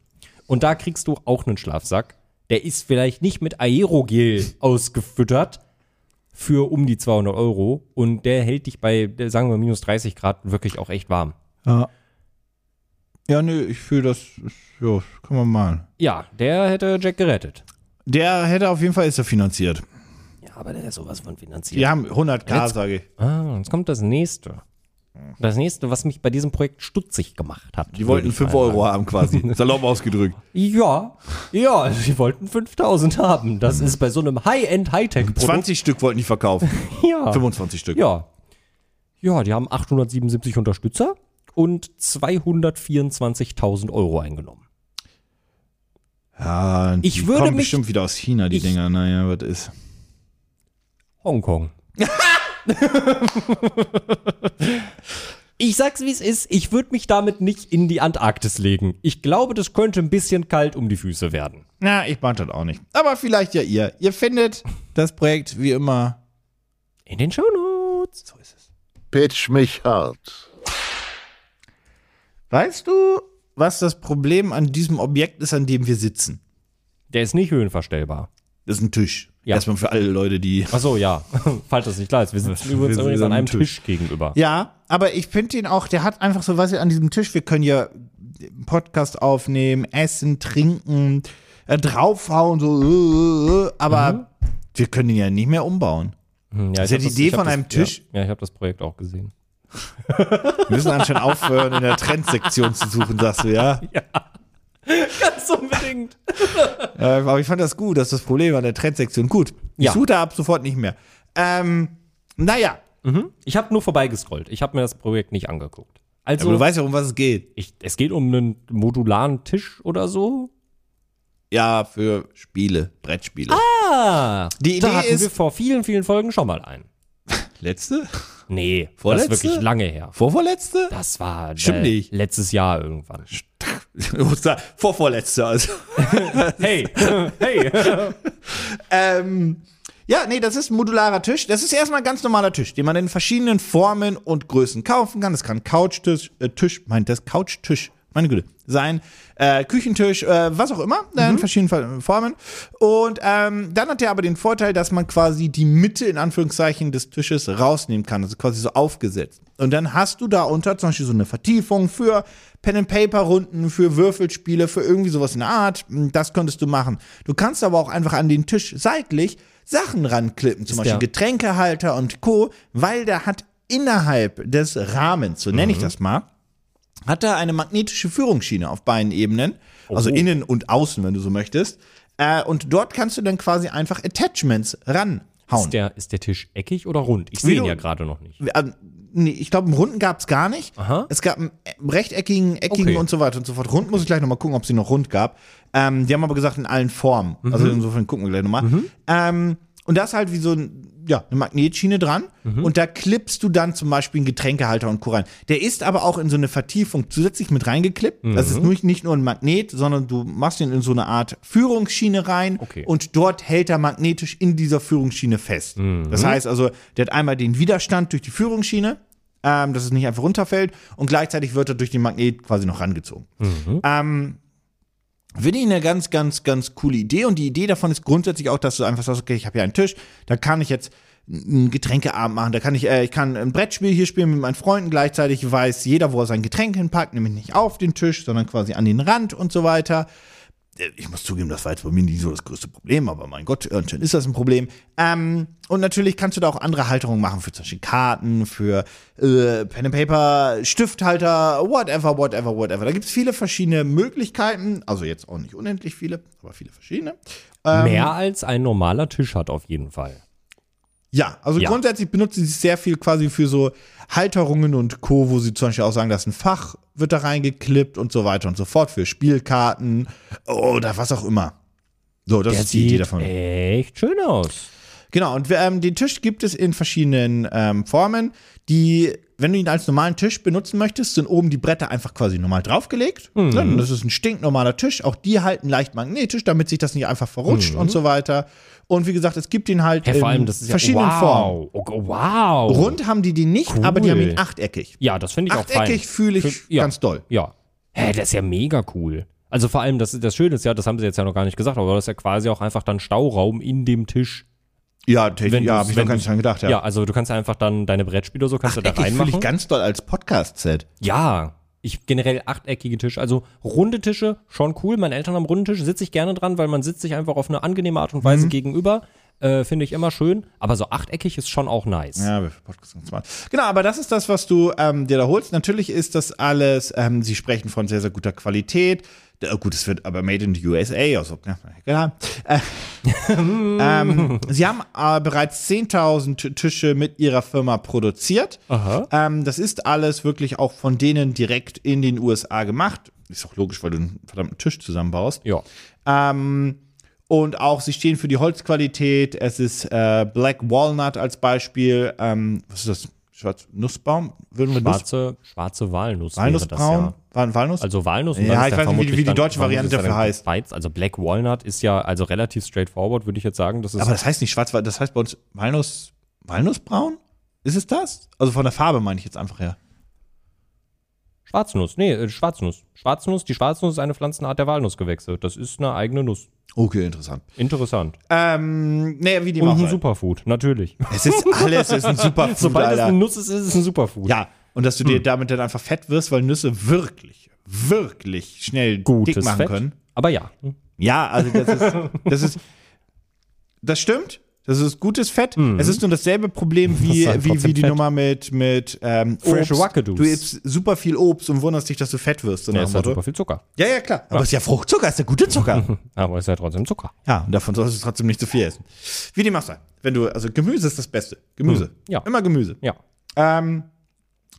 C: Und da kriegst du auch einen Schlafsack. Der ist vielleicht nicht mit Aerogel ausgefüttert für um die 200 Euro und der hält dich bei, sagen wir, minus 30 Grad wirklich auch echt warm.
B: Ja. Ja, nö, ich fühle das. Ja, kann man mal.
C: Ja, der hätte Jack gerettet.
B: Der hätte auf jeden Fall ist er finanziert.
C: Ja, aber der ist sowas von finanziert.
B: Die haben 100k,
C: Jetzt-
B: sage ich.
C: Ah, jetzt kommt das nächste. Das nächste, was mich bei diesem Projekt stutzig gemacht hat.
B: Die wollten
C: würde ich
B: 5
C: mal
B: Euro
C: sagen.
B: haben quasi. Salopp ausgedrückt.
C: Ja, ja, sie wollten 5000 haben. Das ist bei so einem High-End, Hightech-Produkt.
B: 20 Stück wollten die verkaufen. Ah.
C: Ja.
B: 25 Stück.
C: Ja. Ja, die haben 877 Unterstützer und 224.000 Euro eingenommen.
B: Ja,
C: Ich
B: Ah, die
C: würde
B: kommen
C: mich-
B: bestimmt wieder aus China, die
C: Ich-
B: Dinger. Naja, was ist.
C: Hongkong. ich sag's wie es ist, ich würde mich damit nicht in die Antarktis legen. Ich glaube, das könnte ein bisschen kalt um die Füße werden.
B: Na, ich mag das auch nicht. Aber vielleicht ja ihr. Ihr findet das Projekt wie immer.
C: In den Shownotes. So ist es.
A: Pitch mich hart.
B: Weißt du, was das Problem an diesem Objekt ist, an dem wir sitzen?
C: Der ist nicht höhenverstellbar.
B: Das ist ein Tisch.
C: Ja.
B: Erstmal für alle Leute, die.
C: Ach so, ja. Falls das nicht klar ist. Wir sitzen übrigens,
B: sind
C: übrigens an
B: am
C: einem
B: Tisch.
C: Tisch, gegenüber.
B: Ja, aber ich finde ihn auch, der hat einfach so was an diesem Tisch. Wir können ja einen Podcast aufnehmen, essen, trinken, äh, draufhauen, so. äh, äh, Aber wir können ihn ja nicht mehr umbauen.
C: Hm, ja,
B: Ist
C: ich
B: ja
C: hab
B: die Idee
C: ich hab
B: von
C: das,
B: einem Tisch.
C: Ja, ja ich habe das Projekt auch gesehen.
B: Wir müssen anscheinend aufhören, in der Trendsektion zu suchen, sagst du, ja?
C: Ganz unbedingt.
B: Äh, aber ich fand das gut, dass das Problem an der Trendsektion gut. Ich
C: Ja.
B: suche da ab sofort nicht mehr. Ähm, naja,
C: Ich habe nur vorbeigescrollt. Ich habe mir das Projekt nicht angeguckt. Also,
B: aber du weißt ja, um was es geht.
C: ich, es geht um einen modularen Tisch oder so.
B: Ja, für Spiele, Brettspiele.
C: Ah,
B: Die
C: da
B: Idee
C: hatten
B: ist-
C: wir vor vielen, vielen Folgen schon mal einen.
B: Letzte?
C: Nee,
B: Vorletzte?
C: das ist wirklich lange her.
B: Vorvorletzte?
C: Das war äh,
B: Stimmt nicht.
C: letztes Jahr irgendwann.
B: Vorvorletzte, also.
C: Hey, hey.
B: Ähm, ja, nee, das ist ein modularer Tisch. Das ist erstmal ein ganz normaler Tisch, den man in verschiedenen Formen und Größen kaufen kann. Das kann Couchtisch, äh, Tisch, meint das Couchtisch, meine Güte, sein. Äh, Küchentisch, äh, was auch immer, äh, in verschiedenen Fa- Formen. Und ähm, dann hat der aber den Vorteil, dass man quasi die Mitte in Anführungszeichen des Tisches rausnehmen kann. Also quasi so aufgesetzt. Und dann hast du da unter zum Beispiel so eine Vertiefung für Pen and Paper Runden, für Würfelspiele, für irgendwie sowas in der Art. Das könntest du machen. Du kannst aber auch einfach an den Tisch seitlich Sachen ranklippen, zum Beispiel
C: der-
B: Getränkehalter und Co., weil der hat innerhalb des Rahmens, so nenne ich das mal, hat er eine magnetische Führungsschiene auf beiden Ebenen, also innen und außen, wenn du so möchtest. Äh, und dort kannst du dann quasi einfach Attachments ranhauen.
C: ist, der, ist der Tisch eckig oder rund? Ich
B: Wie
C: sehe ihn
B: du-
C: ja gerade noch nicht.
B: Ähm, nee, ich glaube, einen runden gab es gar nicht.
C: Aha.
B: Es gab einen äh, rechteckigen, eckigen
C: Okay.
B: und so weiter und so fort. Rund muss ich gleich nochmal gucken, ob sie noch rund gab. Ähm, die haben aber gesagt, in allen Formen.
C: Mhm.
B: Also insofern gucken wir gleich nochmal. Ähm, und da ist halt wie so ein, ja, eine Magnetschiene dran.
C: Mhm.
B: Und da klippst du dann zum Beispiel einen Getränkehalter und Co. rein. Der ist aber auch in so eine Vertiefung zusätzlich mit reingeklippt. Das
C: Mhm.
B: ist nur, nicht nur ein Magnet, sondern du machst ihn in so eine Art Führungsschiene rein
C: Okay.
B: und und dort hält er magnetisch in dieser Führungsschiene fest. Das heißt also, der hat einmal den Widerstand durch die Führungsschiene, ähm, dass es nicht einfach runterfällt, und gleichzeitig wird er durch den Magnet quasi noch rangezogen. Ähm, Finde ich eine ganz, ganz, ganz coole Idee. Und die Idee davon ist grundsätzlich auch, dass du einfach sagst, okay, ich habe hier einen Tisch, da kann ich jetzt einen Getränkeabend machen, da kann ich, äh, ich kann ein Brettspiel hier spielen mit meinen Freunden. Gleichzeitig weiß jeder, wo er sein Getränk hinpackt, nämlich nicht auf den Tisch, sondern quasi an den Rand und so weiter. Äh, Ich muss zugeben, das war jetzt bei mir nicht so das größte Problem, aber mein Gott, anscheinend ist das ein Problem. Ähm, und natürlich kannst du da auch andere Halterungen machen, für zum Beispiel Karten, für äh, Pen and Paper, Stifthalter, whatever, whatever, whatever. Da gibt es viele verschiedene Möglichkeiten, also jetzt auch nicht unendlich viele, aber viele verschiedene. Ähm.
C: Mehr als ein normaler Tisch hat auf jeden Fall.
B: Ja, also
C: Ja.
B: grundsätzlich benutzen sie es sehr viel quasi für so Halterungen und Co., wo sie zum Beispiel auch sagen, da ist ein Fach, wird da reingeklippt und so weiter und so fort, für Spielkarten oder was auch immer. So, das
C: Der
B: ist die Idee
C: sieht
B: davon.
C: echt schön aus.
B: Genau, und wir, ähm, den Tisch gibt es in verschiedenen ähm, Formen, die, wenn du ihn als normalen Tisch benutzen möchtest, sind oben die Bretter einfach quasi normal draufgelegt.
C: Mhm.
B: Ne? Und Das ist ein stinknormaler Tisch, auch die halten leicht magnetisch, damit sich das nicht einfach verrutscht und so weiter. Und wie gesagt, es gibt ihn halt
C: Ja,
B: in
C: Mhm. vor allem, das ist ja
B: verschiedenen
C: wow.
B: Formen.
C: Okay, wow.
B: Rund haben die die nicht, aber die
C: Cool.
B: haben ihn achteckig.
C: Ja, das finde ich auch fein.
B: Achteckig fühle ich
C: Für- ja.
B: ganz doll.
C: Ja. Hä, das ist ja mega cool. Also vor allem, das, das Schöne ist ja, das haben sie jetzt ja noch gar nicht gesagt, aber das ist ja quasi auch einfach dann Stauraum in dem Tisch.
B: Ja, technisch,
C: Wenn
B: ja,
C: du's-
B: habe ich noch
C: wenn
B: gar nicht dran gedacht.
C: Ja, also du kannst ja einfach dann deine Brettspiele so kannst du da
B: Finde ich
C: reinmachen.
B: ganz toll als Podcast-Set.
C: ja, ich generell achteckige Tische, also runde Tische schon cool. Meine Eltern haben runden Tisch, sitze ich gerne dran, weil man sitzt sich einfach auf eine angenehme Art und
B: Mhm.
C: Weise gegenüber. Äh, Finde ich immer schön, aber so achteckig ist schon auch nice.
B: Ja, wir podcasten zwar. Genau, aber das ist das, was du ähm, dir da holst. Natürlich ist das alles, ähm, sie sprechen von sehr, sehr guter Qualität. Äh, gut, es wird aber made in the USA, also, ja, egal. Äh, ähm, sie haben äh, bereits 10.000 Tische mit ihrer Firma produziert.
C: Aha.
B: Ähm, das ist alles wirklich auch von denen direkt in den USA gemacht. Ist doch logisch, weil du einen verdammten Tisch zusammenbaust.
C: Ja.
B: Ähm, und auch sie stehen für die Holzqualität. Es ist äh, Black Walnut als Beispiel. Ähm, was ist das? Schwarz Nussbaum? Würden wir Nuss
C: Schwarze, schwarze Walnuss wäre das
B: Walnussbraun?
C: ja.
B: Wa- Walnuss?
C: Also Walnuss und
B: Ja,
C: dann ist
B: ich weiß nicht, wie die-
C: der vermutlich
B: wie die
C: dann-
B: deutsche
C: vermutlich
B: Variante
C: ist er dann
B: dafür heißt.
C: Weiz, also Black Walnut ist ja also relativ straightforward, würde ich jetzt sagen. Das ist
B: aber das heißt nicht schwarz, das heißt bei uns Walnuss, Walnussbraun? Ist es das? Also von der Farbe meine ich jetzt einfach her.
C: Schwarznuss. Nee, äh, Schwarznuss. Schwarznuss, die Schwarznuss ist eine Pflanzenart der Walnussgewächse. Das ist eine eigene Nuss.
B: Okay, interessant.
C: Interessant.
B: Ähm, nee, wie die
C: Und
B: machen.
C: ein Superfood, natürlich.
B: Es ist alles, es ist ein Superfood,
C: Sobald es
B: Alter.
C: eine Nuss ist, ist es ein Hm. Superfood.
B: Ja, und dass du dir damit dann einfach fett wirst, weil Nüsse wirklich, wirklich schnell dick
C: gutes
B: machen
C: Fett.
B: können.
C: Aber ja.
B: Ja, also das ist, das ist, das stimmt. Das ist gutes Fett. Es ist nur dasselbe Problem wie,
C: ist halt
B: wie, wie
C: Mhm. trotzdem
B: die
C: Fett.
B: Nummer mit, mit ähm,
C: Fresh
B: Obst.
C: Wackadoos.
B: Du isst super viel Obst und wunderst dich, dass du fett wirst. So
C: Ja,
B: nach
C: ist
B: dem
C: halt
B: Motto.
C: super viel Zucker.
B: ja, ja, klar. Aber es ist ja Fruchtzucker, es ist ja guter Zucker.
C: Aber es ist ja trotzdem Zucker.
B: ja, und davon solltest du trotzdem nicht zu viel essen. Wie dem auch sei. Wenn du, also Gemüse ist das Beste. Gemüse.
C: Mhm. Ja.
B: Immer Gemüse.
C: Ja.
B: Ähm,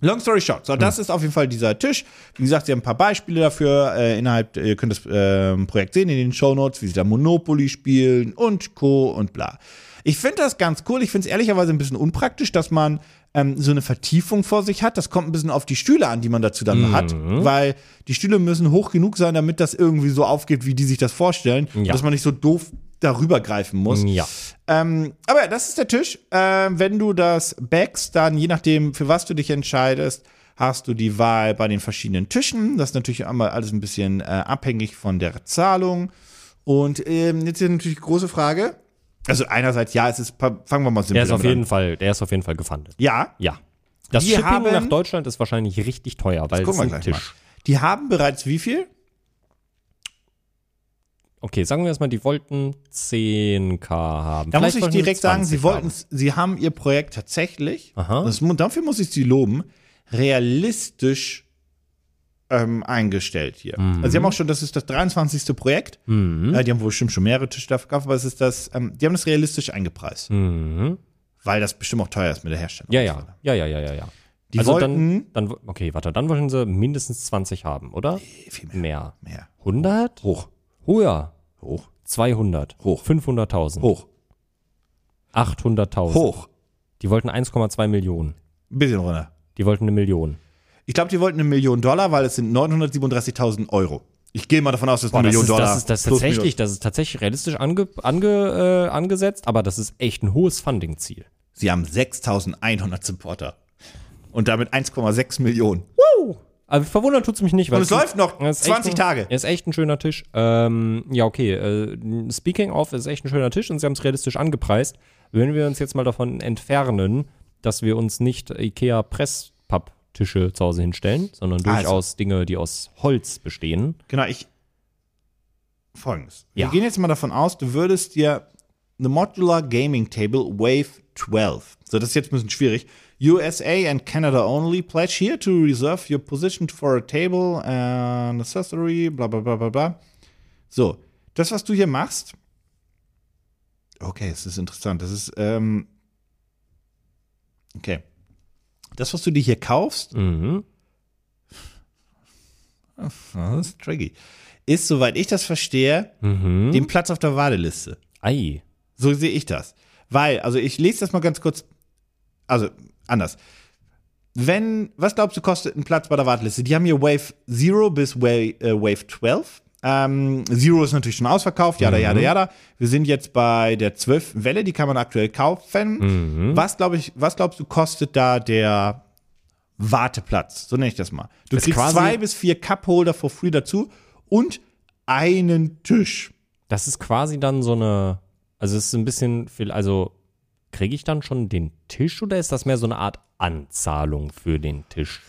B: long story short. So, das ist auf jeden Fall dieser Tisch. Wie gesagt, sie haben ein paar Beispiele dafür. Äh, innerhalb, ihr könnt das ähm, Projekt sehen in den Shownotes, wie sie da Monopoly spielen und Co. und bla. Ich finde das ganz cool. Ich finde es ehrlicherweise ein bisschen unpraktisch, dass man ähm, so eine Vertiefung vor sich hat. Das kommt ein bisschen auf die Stühle an, die man dazu dann hat, weil die Stühle müssen hoch genug sein, damit das irgendwie so aufgeht, wie die sich das vorstellen,
C: Ja.
B: dass man nicht so doof darüber greifen muss.
C: Ja.
B: Ähm, aber ja, das ist der Tisch. Ähm, wenn du das backst, dann je nachdem, für was du dich entscheidest, hast du die Wahl bei den verschiedenen Tischen. Das ist natürlich einmal alles ein bisschen äh, abhängig von der Zahlung. Und ähm, jetzt ist natürlich die große Frage. Also einerseits, ja, es ist, fangen wir mal simpel
C: Der ist auf
B: damit
C: jeden
B: an.
C: Fall, der ist auf jeden Fall gefandet.
B: Ja,
C: Ja. Das
B: Wir
C: Shipping
B: haben-
C: nach Deutschland ist wahrscheinlich richtig teuer, weil es
B: gucken wir
C: ein
B: gleich
C: Tisch.
B: mal. Die haben bereits wie viel?
C: Okay, sagen wir erstmal, die wollten 10k haben.
B: Da muss
C: Vielleicht
B: ich
C: wollten sie
B: direkt sagen, sie
C: 20
B: wollten,
C: haben.
B: sie haben ihr Projekt tatsächlich,
C: Aha.
B: das, mu- dafür muss ich sie loben, realistisch ähm, eingestellt hier.
C: Mhm.
B: Also sie haben auch schon, das ist das 23. Projekt, äh, die haben wohl bestimmt schon mehrere Tische da verkauft, aber es ist das, ähm, die haben das realistisch eingepreist,
C: Mhm.
B: weil das bestimmt auch teuer ist mit der Herstellung.
C: Ja, ja, ja, ja, ja, ja, ja.
B: Die
C: also
B: wollten-
C: dann, dann, okay, warte, dann wollten sie mindestens 20 haben, oder?
B: Viel mehr. mehr.
C: Mehr. 100?
B: Hoch,
C: Höher.
B: hoch,
C: 200.
B: Hoch.
C: 500.000.
B: hoch,
C: 800.000.
B: hoch.
C: Die wollten 1,2 Millionen.
B: Ein bisschen runter.
C: Die wollten eine Million.
B: Ich glaube, die wollten eine Million Dollar, weil es sind 937.000 Euro. Ich gehe mal davon aus, dass eine
C: das
B: Million
C: ist,
B: Dollar
C: Das ist, das ist
B: plus
C: tatsächlich, das ist tatsächlich realistisch ange, ange, äh, angesetzt, aber das ist echt ein hohes Funding-Ziel.
B: Sie haben 6100 Supporter. Und damit 1,6 Millionen.
C: Aber verwundert tut's mich nicht, weil
B: Und es läuft noch
C: Das ist
B: 20
C: echt ein,
B: Tage.
C: Ist echt ein schöner Tisch. Ähm, ja, okay. Äh, speaking of, ist echt ein schöner Tisch und sie haben es realistisch angepreist. Wenn wir uns jetzt mal davon entfernen, dass wir uns nicht IKEA Presspapptische zu Hause hinstellen, sondern
B: Also.
C: durchaus Dinge, die aus Holz bestehen.
B: Genau, ich. Folgendes. Wir
C: Ja.
B: gehen jetzt mal davon aus, du würdest dir eine Modular Gaming Table Wave 12. So, das ist jetzt ein bisschen schwierig. USA and Canada only. Pledge here to reserve your position for a table and accessory, bla bla bla bla bla. So, das, was du hier machst. Okay, es ist interessant. Das ist, ähm. Okay. Das, was du dir hier kaufst,
C: Mhm.
B: Das ist tricky. Ist, soweit ich das verstehe,
C: Hm?
B: den Platz auf der Warteliste.
C: Ei.
B: So sehe ich das. Weil, also ich lese das mal ganz kurz, also anders. Wenn, was glaubst du, kostet ein Platz bei der Warteliste? Die haben hier Wave 0 bis Wave, äh, Wave 12. Ähm, Zero ist natürlich schon ausverkauft, jada,
C: Mhm.
B: jada, jada. Wir sind jetzt bei der 12. Welle,
C: Mhm.
B: die kann man aktuell kaufen. Was, glaub ich, was glaubst du, kostet da der Warteplatz, so nenne ich das mal. Du
C: Ist
B: kriegst
C: quasi-
B: zwei bis vier Cupholder for free dazu und einen Tisch.
C: Das ist quasi dann so eine, also es ist ein bisschen viel, also kriege ich dann schon den Tisch oder ist das mehr so eine Art Anzahlung für den Tisch?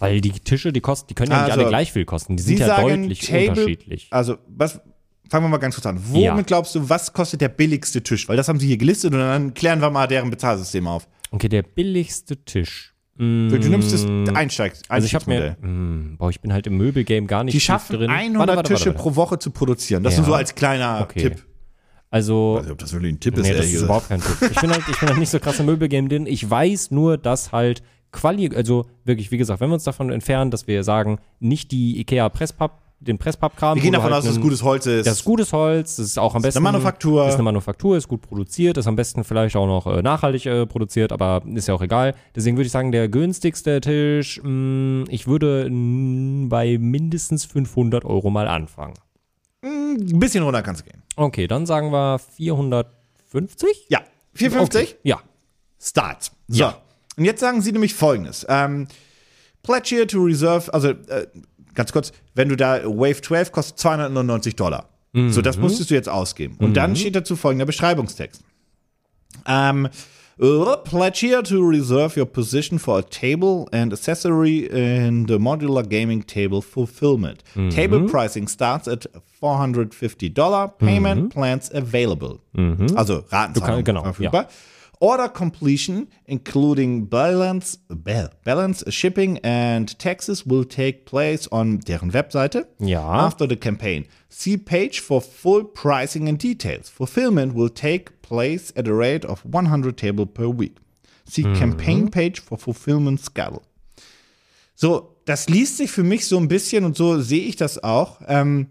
C: Weil die Tische, die kosten, die können ja nicht
B: Also,
C: alle gleich viel kosten. Die
B: Sie
C: sind ja
B: sagen
C: deutlich
B: Table,
C: unterschiedlich.
B: Also, was, fangen wir mal ganz kurz an. Womit
C: Ja.
B: glaubst du, was kostet der billigste Tisch? Weil das haben sie hier gelistet und dann klären wir mal deren Bezahlsystem auf.
C: Okay, der billigste Tisch. Mm,
B: Du nimmst das Einsteig,
C: also ich habe
B: Einstiegsmodell.
C: mir, mm, boah, ich bin halt im Möbelgame gar nicht
B: Die
C: tief
B: schaffen
C: drin.
B: 100
C: Warte, warte,
B: Tische
C: warte, warte.
B: pro Woche zu produzieren. Das
C: Ja.
B: nur so als kleiner
C: Okay.
B: Tipp.
C: Also,
B: Also, ob das wirklich ein Tipp
C: nee, das
B: ehrlich
C: ist
B: gesagt.
C: überhaupt kein Tipp. Ich bin halt, ich bin halt nicht so krass im Möbelgame drin. Ich weiß nur, dass halt Quali, also wirklich, wie gesagt, wenn wir uns davon entfernen, dass wir sagen, nicht die Ikea Presspapp, den Presspappkram.
B: Wir gehen
C: wo du
B: davon
C: halt
B: aus, dass
C: einen-
B: gutes Holz ist.
C: das ist gutes Holz, das ist auch am besten.
B: eine Manufaktur.
C: Ist eine Manufaktur, ist gut produziert, ist am besten vielleicht auch noch äh, nachhaltig äh, produziert, aber ist ja auch egal. Deswegen würde ich sagen, der günstigste Tisch, mh, ich würde mh, bei mindestens 500 Euro mal anfangen.
B: ein bisschen runter kannst du gehen.
C: Okay, dann sagen wir 450?
B: Ja, 450.
C: Okay, ja.
B: Start. So. Und jetzt sagen sie nämlich folgendes. Ähm, pledge here to reserve, also äh, ganz kurz, wenn du da Wave 12 kostet 299 Dollar.
C: Mhm.
B: So, das musstest du jetzt ausgeben. Und dann steht dazu folgender Beschreibungstext. Ähm, uh, pledge here to reserve your position for a table and accessory in the modular gaming table fulfillment.
C: Mhm.
B: Table pricing starts at 450 Dollar. Payment plans available. Also Ratenzahlung
C: Mhm. Du kann- genau,
B: verfügbar. Order completion, including balance, bal- balance, shipping and taxes, will take place on deren Webseite.
C: Ja.
B: After the campaign, see page for full pricing and details. Fulfillment will take place at a rate of 100 table per week. See
C: Mhm.
B: campaign page for fulfillment schedule. So, das liest sich für mich so ein bisschen und so sehe ich das auch. Ähm,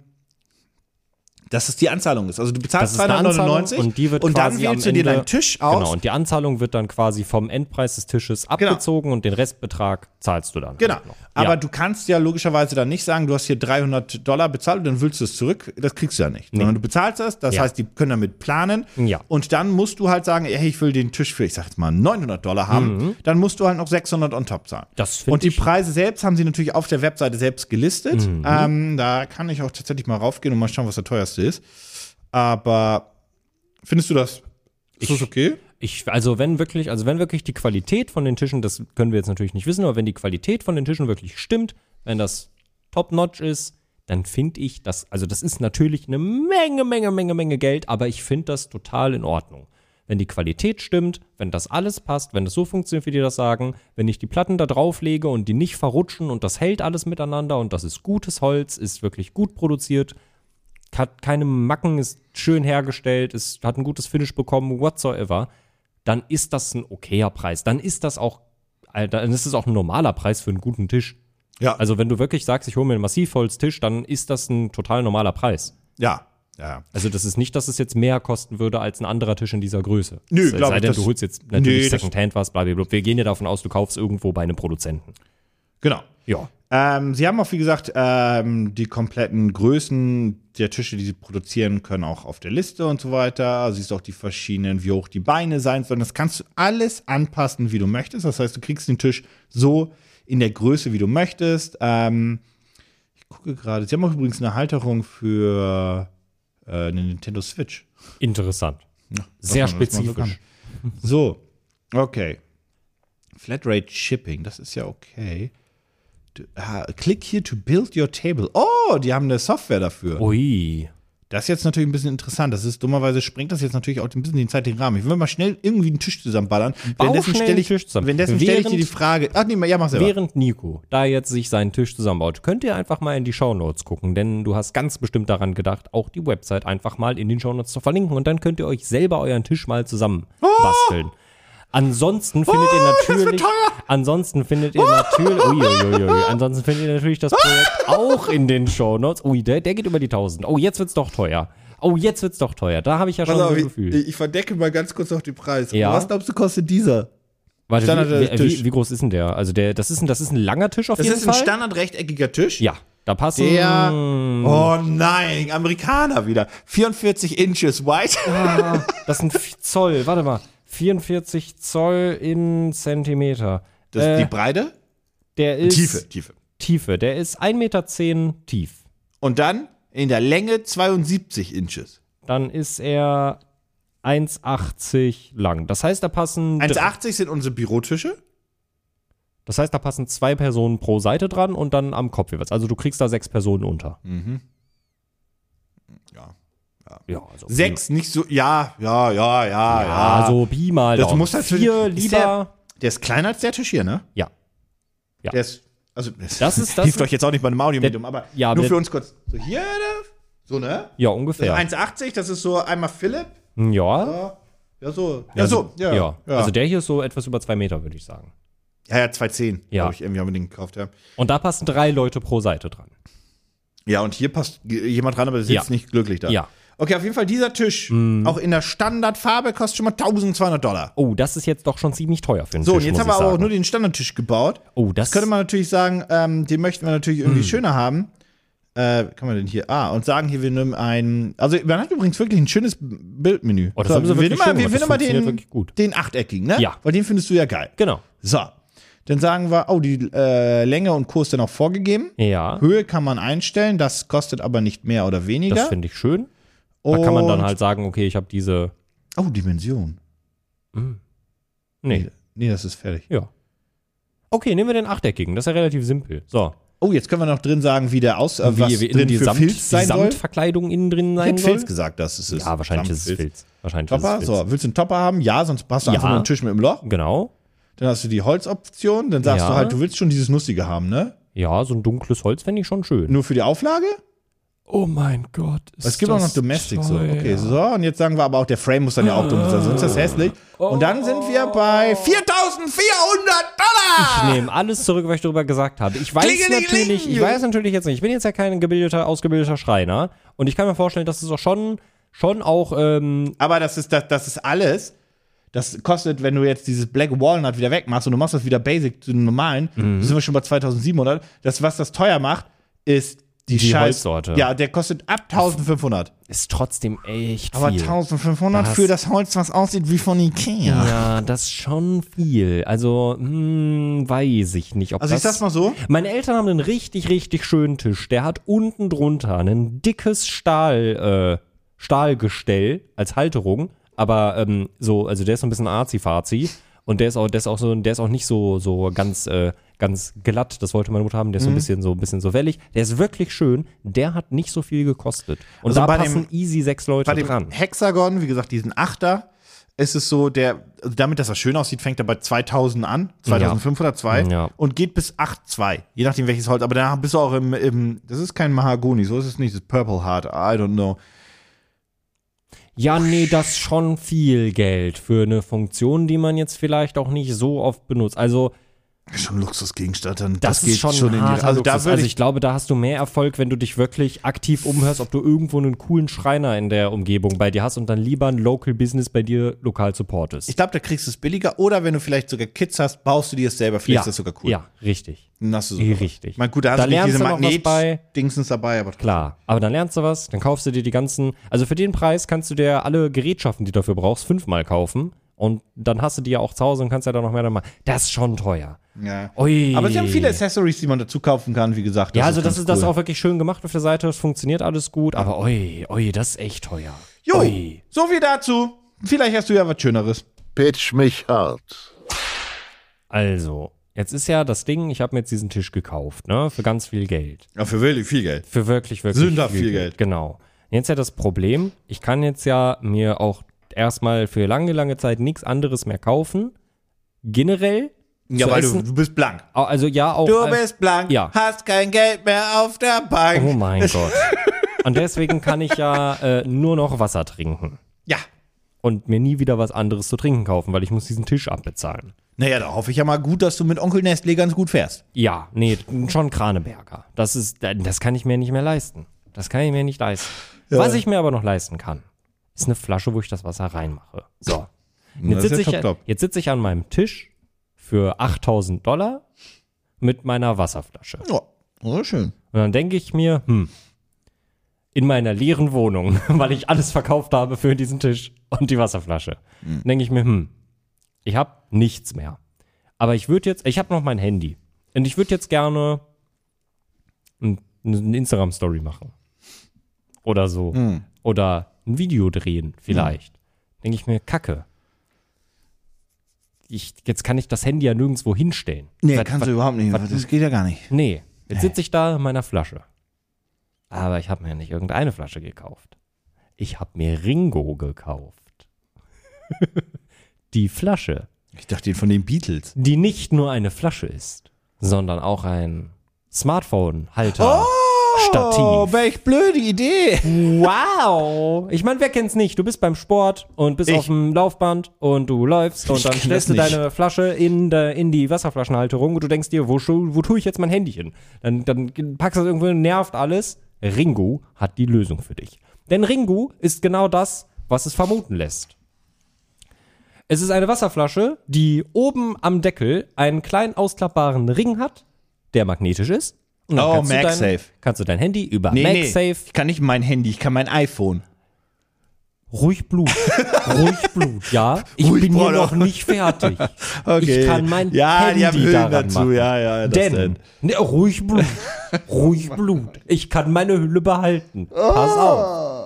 B: dass es die Anzahlung ist. Also du bezahlst
C: Das ist eine
B: 299
C: Anzahlung und die wird
B: dann
C: quasi am
B: wählst du dir
C: Ende-
B: deinen Tisch aus.
C: Genau, und die Anzahlung wird dann quasi vom Endpreis des Tisches abgezogen und den Restbetrag zahlst du dann.
B: Genau.
C: Halt noch.
B: Aber
C: ja.
B: du kannst ja logischerweise dann nicht sagen, du hast hier 300 Dollar bezahlt und dann willst du es zurück. Das kriegst du ja nicht. Sondern du bezahlst das, das
C: Ja.
B: heißt, die können damit planen.
C: Ja.
B: Und dann musst du halt sagen, hey, ich will den Tisch für, ich sag jetzt mal, 900 Dollar haben. Dann musst du halt noch 600 on top zahlen.
C: Mhm. Das find
B: Und die
C: ich- Mhm.
B: Preise selbst haben sie natürlich auf der Webseite selbst gelistet. Ähm, da kann ich auch tatsächlich mal raufgehen und mal schauen, was der teuerste ist. Aber findest du das? Ist das okay?
C: Ich, also wenn wirklich, also wenn wirklich die Qualität von den Tischen, das können wir jetzt natürlich nicht wissen, aber wenn die Qualität von den Tischen wirklich stimmt, wenn das top-notch ist, dann finde ich das, also das ist natürlich eine Menge, Menge, Menge, Menge Geld, aber ich finde das total in Ordnung. Wenn die Qualität stimmt, wenn das alles passt, wenn das so funktioniert, wie die das sagen, wenn ich die Platten da drauflege und die nicht verrutschen und das hält alles miteinander und das ist gutes Holz, ist wirklich gut produziert, hat keine Macken, ist schön hergestellt, ist, hat ein gutes Finish bekommen, whatsoever, dann ist das ein okayer Preis. Dann ist das auch, äh, dann ist es auch ein normaler Preis für einen guten Tisch.
B: Ja.
C: Also wenn du wirklich sagst, ich hole mir einen Massivholztisch, dann ist das ein total normaler Preis.
B: Ja. Ja.
C: Also das ist nicht, dass es jetzt mehr kosten würde als ein anderer Tisch in dieser Größe.
B: Nö,
C: Es
B: glaub
C: Sei
B: ich,
C: denn,
B: das-
C: du holst jetzt
B: Nö,
C: natürlich
B: das-
C: Secondhand was, blablabla. Wir gehen ja davon aus, du kaufst irgendwo bei einem Produzenten.
B: Genau.
C: Ja.
B: Ähm, sie haben auch, wie gesagt, ähm, die kompletten Größen der Tische, die sie produzieren können, auch auf der Liste und so weiter. Siehst auch die verschiedenen, wie hoch die Beine sein sollen. Das kannst du alles anpassen, wie du möchtest. Das heißt, du kriegst den Tisch so in der Größe, wie du möchtest. Ähm, ich gucke gerade. Sie haben auch übrigens eine Halterung für äh, eine Nintendo Switch.
C: Interessant.
B: dass
C: Sehr
B: man das mal so
C: spezifisch.
B: So, okay. Flatrate Shipping, das ist ja okay. Du- ah, Click here to build your table. Oh, die haben eine Software dafür.
C: Oh. Ui.
B: Das ist jetzt natürlich ein bisschen interessant. Das ist dummerweise springt das jetzt natürlich auch ein bisschen den zeitlichen Rahmen. Ich will mal schnell irgendwie einen Tisch zusammenballern.
C: Bau
B: Währenddessen
C: schnell
B: stelle ich,
C: einen Tisch zusammen.
B: währenddessen stelle ich dir die
C: Während-
B: Frage. Ach nee, ja, mach selber.
C: Während Nico da jetzt sich seinen Tisch zusammenbaut, könnt ihr einfach mal in die Shownotes gucken, denn du hast ganz bestimmt daran gedacht, auch die Website einfach mal in den Shownotes zu verlinken und dann könnt ihr euch selber euren Tisch mal zusammenbasteln. Ansonsten findet
B: Oh, das
C: ihr
B: wird
C: natürlich,
B: teuer. Oh!
C: ansonsten findet ihr natürlich, uiuiuiui, ansonsten findet ihr natürlich das Projekt auch in den Shownotes. Ui, der, der geht über die 1000. Oh, jetzt wird's doch teuer. Oh, jetzt wird's doch teuer. Da habe ich ja schon
B: Pass
C: so
B: auf,
C: ein
B: ich,
C: Gefühl.
B: ich verdecke mal ganz kurz noch den Preis.
C: Ja.
B: Was glaubst du, kostet dieser?
C: Warte,
B: Standard, äh,
C: wie, wie,
B: Tisch.
C: wie groß ist denn der? Also der, das ist ein, das ist ein langer Tisch auf
B: Das
C: jeden
B: ist ein
C: Fall.
B: standardrechteckiger Tisch.
C: ja, Mm. da passen
B: Der. Oh nein, Amerikaner wieder. 44 Inches wide.
C: Das sind Zoll, warte mal. 44 Zoll in Zentimeter.
B: Das ist
C: Äh,
B: die Breite?
C: Der ist
B: Tiefe, Tiefe.
C: Tiefe. Der ist 1,10 Meter tief.
B: Und dann in der Länge 72 Inches.
C: Dann ist er 1,80 lang. Das heißt, da passen
B: 1,80 sind unsere Bürotische.
C: Das heißt, da passen zwei Personen pro Seite dran und dann am Kopf jeweils. Also du kriegst da sechs Personen unter.
B: Mhm. Ja.
C: Ja, also
B: Sechs, nicht so. Ja, ja, ja, ja, ja.
C: Ja, so Pi mal.
B: Das
C: Daumen.
B: muss natürlich-
C: Vier
B: ist
C: lieber.
B: Der ist kleiner als der Tisch hier, ne?
C: Ja. Ja.
B: Der ist. Also,
C: Das ist- das
B: hilft
C: ist-
B: euch jetzt auch nicht bei einem Audiomedium,
C: Der-
B: aber
C: ja, aber
B: nur
C: der-
B: für uns kurz. So hier, ne? so, ne?
C: Ja,
B: Das
C: ungefähr.
B: ist 1,80, das ist so einmal Philipp.
C: ja.
B: Ja, ja so. Ja, so. Ja, ja.
C: Also der hier ist so etwas über zwei Meter, würde ich sagen.
B: ja, ja 2,10.
C: Ja.
B: Hab ich irgendwie haben wir den gekauft, ja.
C: Und da passen drei Leute pro Seite dran.
B: Ja, und hier passt g- jemand ran, aber sitzt
C: Ja.
B: nicht glücklich da.
C: Ja.
B: Okay, auf jeden Fall dieser Tisch, auch in der Standardfarbe, kostet schon mal 1200 Dollar.
C: Oh, das ist jetzt doch schon ziemlich teuer für einen
B: So,
C: Tisch,
B: und jetzt
C: muss
B: haben wir
C: ich
B: aber auch
C: sagen.
B: nur den Standardtisch gebaut.
C: Oh, das-
B: das könnte man natürlich sagen, ähm, den möchten wir natürlich
C: Mhm.
B: irgendwie schöner haben. Äh, kann man denn hier? Ah, und sagen hier, wir nehmen ein. Also, man hat übrigens wirklich ein schönes Bildmenü.
C: Oh, das haben sie
B: wir
C: wirklich
B: nehmen mal,
C: schön
B: wir
C: gemacht.
B: nehmen
C: Das
B: mal
C: funktioniert
B: den,
C: wirklich gut.
B: den achteckigen, ne?
C: Ja.
B: Weil den findest du ja geil.
C: Genau.
B: So. Dann sagen wir, oh, die äh, Länge und Co. ist dann auch vorgegeben.
C: Ja.
B: Höhe kann man einstellen, das kostet aber nicht mehr oder weniger.
C: Das finde ich schön. Da kann man dann halt sagen, okay, ich habe diese.
B: Oh, Dimension.
C: Nee.
B: Nee, das ist fertig.
C: Ja. Okay, nehmen wir den achteckigen. Das ist ja relativ simpel. So.
B: Oh, jetzt können wir noch drin sagen, wie der aus, äh, was drin
C: die,
B: für
C: Samt,
B: Filz sein
C: die
B: soll.
C: Samtverkleidung innen drin
B: Ich
C: sein
B: hätte
C: soll.
B: Filz gesagt, dass es ist.
C: Ja, wahrscheinlich ist es
B: Samtfilz.
C: Filz. Wahrscheinlich
B: Topper,
C: ist es Filz.
B: so. Willst du einen Topper haben? Ja, sonst hast du einfach
C: Ja.
B: nur einen Tisch mit dem Loch.
C: Genau.
B: Dann hast du die Holzoption. Dann sagst
C: Ja.
B: du halt, du willst schon dieses Nussige haben, ne?
C: Ja, so ein dunkles Holz fände ich schon schön.
B: Nur für die Auflage?
C: Oh mein Gott.
B: Es gibt auch noch Domestic so. Okay, so. Und jetzt sagen wir aber auch, der Frame muss dann ja auch Domestic sein, sonst ist das hässlich. Und dann sind wir bei 4400 Dollar!
C: Ich nehme alles zurück, was ich darüber gesagt habe. Ich weiß
B: Klingelingeling.
C: natürlich, ich weiß natürlich jetzt nicht. Ich bin jetzt ja kein gebildeter, ausgebildeter Schreiner. Und ich kann mir vorstellen, dass es auch schon, schon auch, ähm,
B: Aber das ist, das, das ist alles. Das kostet, wenn du jetzt dieses Black Walnut wieder wegmachst und du machst das wieder basic zu dem normalen,
C: Mhm.
B: sind wir schon bei 2700. Das, was das teuer macht, ist die,
C: Die
B: Scheiß.
C: Holzsorte.
B: Ja, der kostet ab 1500.
C: ist trotzdem echt
B: Aber
C: viel.
B: 1500
C: Das-
B: für das Holz, was aussieht wie von Ikea.
C: ja, das ist schon viel. Also, hm, weiß ich nicht, ob
B: Also ich
C: das
B: sag's mal so.
C: Meine Eltern haben einen richtig, richtig schönen Tisch. Der hat unten drunter ein dickes Stahl, äh, Stahlgestell als Halterung, aber ähm, so, also der ist so ein bisschen arzi-fazi und der ist auch, der ist auch so, der ist auch nicht so, so ganz, äh, ganz glatt. Das wollte meine Mutter haben. Der ist
B: Mhm.
C: so ein bisschen so, ein bisschen so wellig. Der ist wirklich schön. Der hat nicht so viel gekostet. Und
B: Also
C: da
B: bei
C: passen
B: dem-
C: easy sechs Leute
B: Bei dem
C: dran.
B: Hexagon, wie gesagt, diesen Achter, ist es so, der, also damit, dass er schön aussieht, fängt er bei 2000 an, 2502
C: Ja.
B: und geht bis 82, je nachdem welches Holz. Aber danach bist du auch im, im das ist kein Mahagoni, so ist es nicht, das ist Purple Heart, I don't know.
C: Ja, nee, das ist schon viel Geld für eine Funktion, die man jetzt vielleicht auch nicht so oft benutzt. Also
B: Schon Luxusgegenstand, dann
C: Das, ist schon, ein harter
B: Also da
C: Luxus.
B: würde
C: also
B: ich,
C: ich glaube, da hast du mehr Erfolg, wenn du dich wirklich aktiv umhörst, ob du irgendwo einen coolen Schreiner in der Umgebung bei dir hast und dann lieber ein Local Business bei dir lokal supportest.
B: ich glaube, da kriegst du es billiger oder wenn du vielleicht sogar Kids hast, baust du dir es selber, vielleicht ist das sogar cool.
C: Ja, richtig.
B: Dann hast du
C: Eh,
B: sogar.
C: richtig.
B: Ich meine, gut, da hast
C: Da
B: du nicht
C: lernst
B: diese
C: du noch was bei.
B: Magnet-Dingsens dabei, aber
C: Klar. Aber dann lernst du was, dann kaufst du dir die ganzen. Also für den Preis kannst du dir alle Gerätschaften, die du dafür brauchst, fünfmal kaufen. Und dann hast du die ja auch zu Hause und kannst ja da noch mehr dann machen. Das ist schon teuer.
B: Ja.
C: Ui.
B: Aber sie haben viele Accessories, die man dazu kaufen kann, wie gesagt.
C: Ja, also das
B: ganz
C: ist das
B: cool.
C: auch wirklich schön gemacht auf der Seite. Es funktioniert alles gut. Aber oi, oi, das ist echt teuer.
B: Jo,
C: Ui.
B: so viel dazu. Vielleicht hast du ja was Schöneres.
A: Pitch mich hart.
C: Also, jetzt ist ja das Ding, ich habe mir jetzt diesen Tisch gekauft, ne? Für ganz viel Geld.
B: Ja, für wirklich viel Geld.
C: Für wirklich, wirklich
B: Sündhaft viel Geld.
C: Genau. Jetzt ja das Problem, ich kann jetzt ja mir auch erstmal für lange, lange Zeit nichts anderes mehr kaufen. Generell.
B: Ja,
C: zu
B: weil du,
C: essen.
B: du bist blank. Oh, äh,
C: Au- Also ja, auch.
B: Du
C: als-
B: bist blank,
C: ja.
B: hast kein Geld mehr auf der Bank.
C: Oh mein Gott. Und deswegen kann ich ja äh, nur noch Wasser trinken.
B: Ja.
C: Und mir nie wieder was anderes zu trinken kaufen, weil ich muss diesen Tisch abbezahlen.
B: Naja, da hoffe ich ja mal gut, dass du mit Onkel Nestlé ganz gut fährst.
C: Ja, nee, schon Kraneberger. Das ist, das kann ich mir nicht mehr leisten. Das kann ich mir nicht leisten. Was ich mir aber noch leisten kann, ist eine Flasche, wo ich das Wasser reinmache. So. Jetzt
B: das ist
C: sitze
B: ja
C: ich,
B: top, top.
C: jetzt sitz ich an meinem Tisch für 8000 Dollar mit meiner Wasserflasche.
B: Ja, oh, schön.
C: Und dann denke ich mir, hm, in meiner leeren Wohnung, weil ich alles verkauft habe für diesen Tisch und die Wasserflasche, denke ich mir, hm, ich habe nichts mehr. Aber ich würde jetzt, ich habe noch mein Handy. Und ich würde jetzt gerne ein, eine Instagram-Story machen. Oder so. Oder ein Video drehen, vielleicht. Denke ich mir, Kacke. Ich, jetzt kann ich das Handy ja nirgendwo hinstellen.
B: Nee,
C: Was-
B: kannst du überhaupt nicht. Das geht ja gar nicht.
C: Nee, jetzt sitze ich da in meiner Flasche. Aber ich habe mir nicht irgendeine Flasche gekauft. Ich habe mir Ringo gekauft. Die Flasche,
B: Ich dachte von den Beatles.
C: die nicht nur eine Flasche ist, sondern auch ein Smartphone-Halter.
B: Oh,
C: Stativ.
B: welch blöde Idee.
C: Wow! Ich meine, wer kennt's nicht? Du bist beim Sport und bist
B: Ich.
C: auf dem Laufband und du läufst und
B: Ich
C: dann
B: kenn
C: stellst du
B: das nicht.
C: deine Flasche in, de, in die Wasserflaschenhalterung und du denkst dir, wo, schu- wo tue ich jetzt mein Handy hin? Dann, dann packst du das irgendwo, hin, nervt alles. Ringu hat die Lösung für dich. Denn Ringu ist genau das, was es vermuten lässt. Es ist eine Wasserflasche, die oben am Deckel einen kleinen ausklappbaren Ring hat, der magnetisch ist. Und dann
B: Oh,
C: kannst du dein-
B: MagSafe.
C: Kannst du dein Handy über
B: Nee, nee.
C: MagSafe
B: Ich kann nicht mein Handy, ich kann mein iPhone.
C: Ruhig Blut. Ruhig Blut, ja. Ich
B: Ruhig
C: bin hier
B: Blut.
C: noch nicht fertig. Ich kann mein
B: ja, die haben
C: Handy
B: Höhen
C: daran
B: dazu.
C: machen.
B: Ja, ja, das
C: denn, Ne, ruhig Blut. Ruhig Blut. Ich kann meine Hülle behalten. Pass
B: Oh.
C: auf.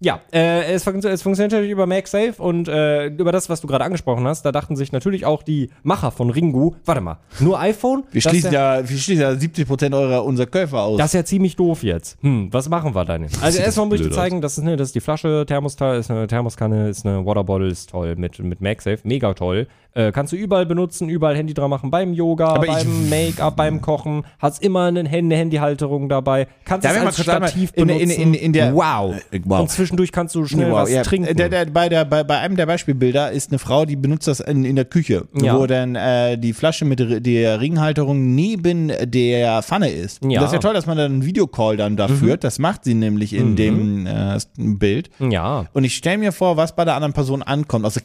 C: Ja, äh, es, fun es funktioniert natürlich über MagSafe und äh, über das, was du gerade angesprochen hast, da dachten sich natürlich auch die Macher von Ringu, warte mal, nur iPhone?
B: Wir
C: Das ist
B: schließen,
C: ja,
B: ja, wir schließen ja 70% eurer unserer Käufer aus.
C: das ist ja ziemlich doof jetzt. Hm, was machen wir dann? jetzt? Also
B: sieht
C: erstmal
B: das
C: muss ich dir
B: blöd
C: zeigen, das ist, ne, das ist die Flasche, Thermostal ist eine Thermoskanne, ist eine Waterbottle, ist toll mit, mit MagSafe, mega toll. Äh, kannst du überall benutzen, überall Handy dran machen, beim Yoga,
B: Aber ich-
C: beim Make-up, beim Kochen, hast immer eine Hand- eine Handyhalterung dabei, kannst
B: Darf
C: es
B: ich mal
C: als
B: kurz einmal-
C: Stativ
B: in- in-
C: benutzen.
B: in- in der-
C: wow.
B: Äh, wow.
C: Und zwischendurch kannst du schnell was
B: ja.
C: trinken.
B: Der, der, bei, der, bei, bei einem der Beispielbilder ist eine Frau, die benutzt das in, in der Küche,
C: Ja.
B: wo dann äh, die Flasche mit der- der Ringhalterung neben der Pfanne ist.
C: Ja. Mhm.
B: Das ist ja toll, dass man dann einen Videocall dann da führt. Das macht sie nämlich in dem äh, Bild.
C: ja.
B: Und ich stelle mir vor, was bei der anderen Person ankommt. Also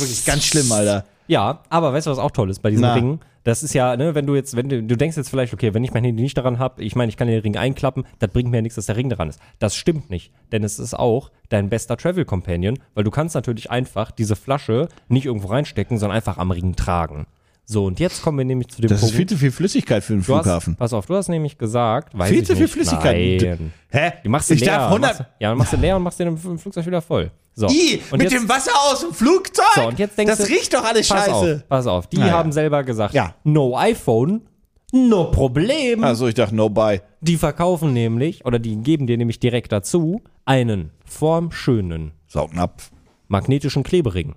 B: wirklich ganz schlimm, Alter.
C: Ja, aber weißt du, was auch toll ist bei diesen
B: Na.
C: Ringen? Das ist ja, ne, wenn du jetzt, wenn du, du denkst jetzt vielleicht, okay, wenn ich mein Handy nicht daran habe, ich meine, ich kann den Ring einklappen, das bringt mir ja nichts, dass der Ring daran ist. Das stimmt nicht, denn es ist auch dein bester Travel Companion, weil du kannst natürlich einfach diese Flasche nicht irgendwo reinstecken, sondern einfach am Ring tragen. So, und jetzt kommen wir nämlich zu dem
B: Das ist
C: Punkt.
B: viel zu viel Flüssigkeit für einen
C: du
B: Flughafen.
C: Hast, pass auf, du hast nämlich gesagt, weiß
B: Viel
C: ich
B: zu viel
C: nicht.
B: Flüssigkeit.
C: Nein.
B: Hä?
C: Du machst sie
B: ich
C: leer.
B: darf 100.
C: Machst, ja, du machst sie leer und machst den im Flugzeug wieder voll. So.
B: I,
C: und
B: mit
C: jetzt-
B: dem Wasser aus dem Flugzeug.
C: so, und jetzt denkst
B: das
C: du,
B: riecht doch alles
C: pass
B: scheiße.
C: Auf, pass auf, die
B: Naja.
C: haben selber gesagt,
B: Ja.
C: no iPhone, no Problem.
B: Also ich dachte, no buy.
C: Die verkaufen nämlich, oder die geben dir nämlich direkt dazu, einen formschönen
B: Saugnapf.
C: magnetischen Klebering.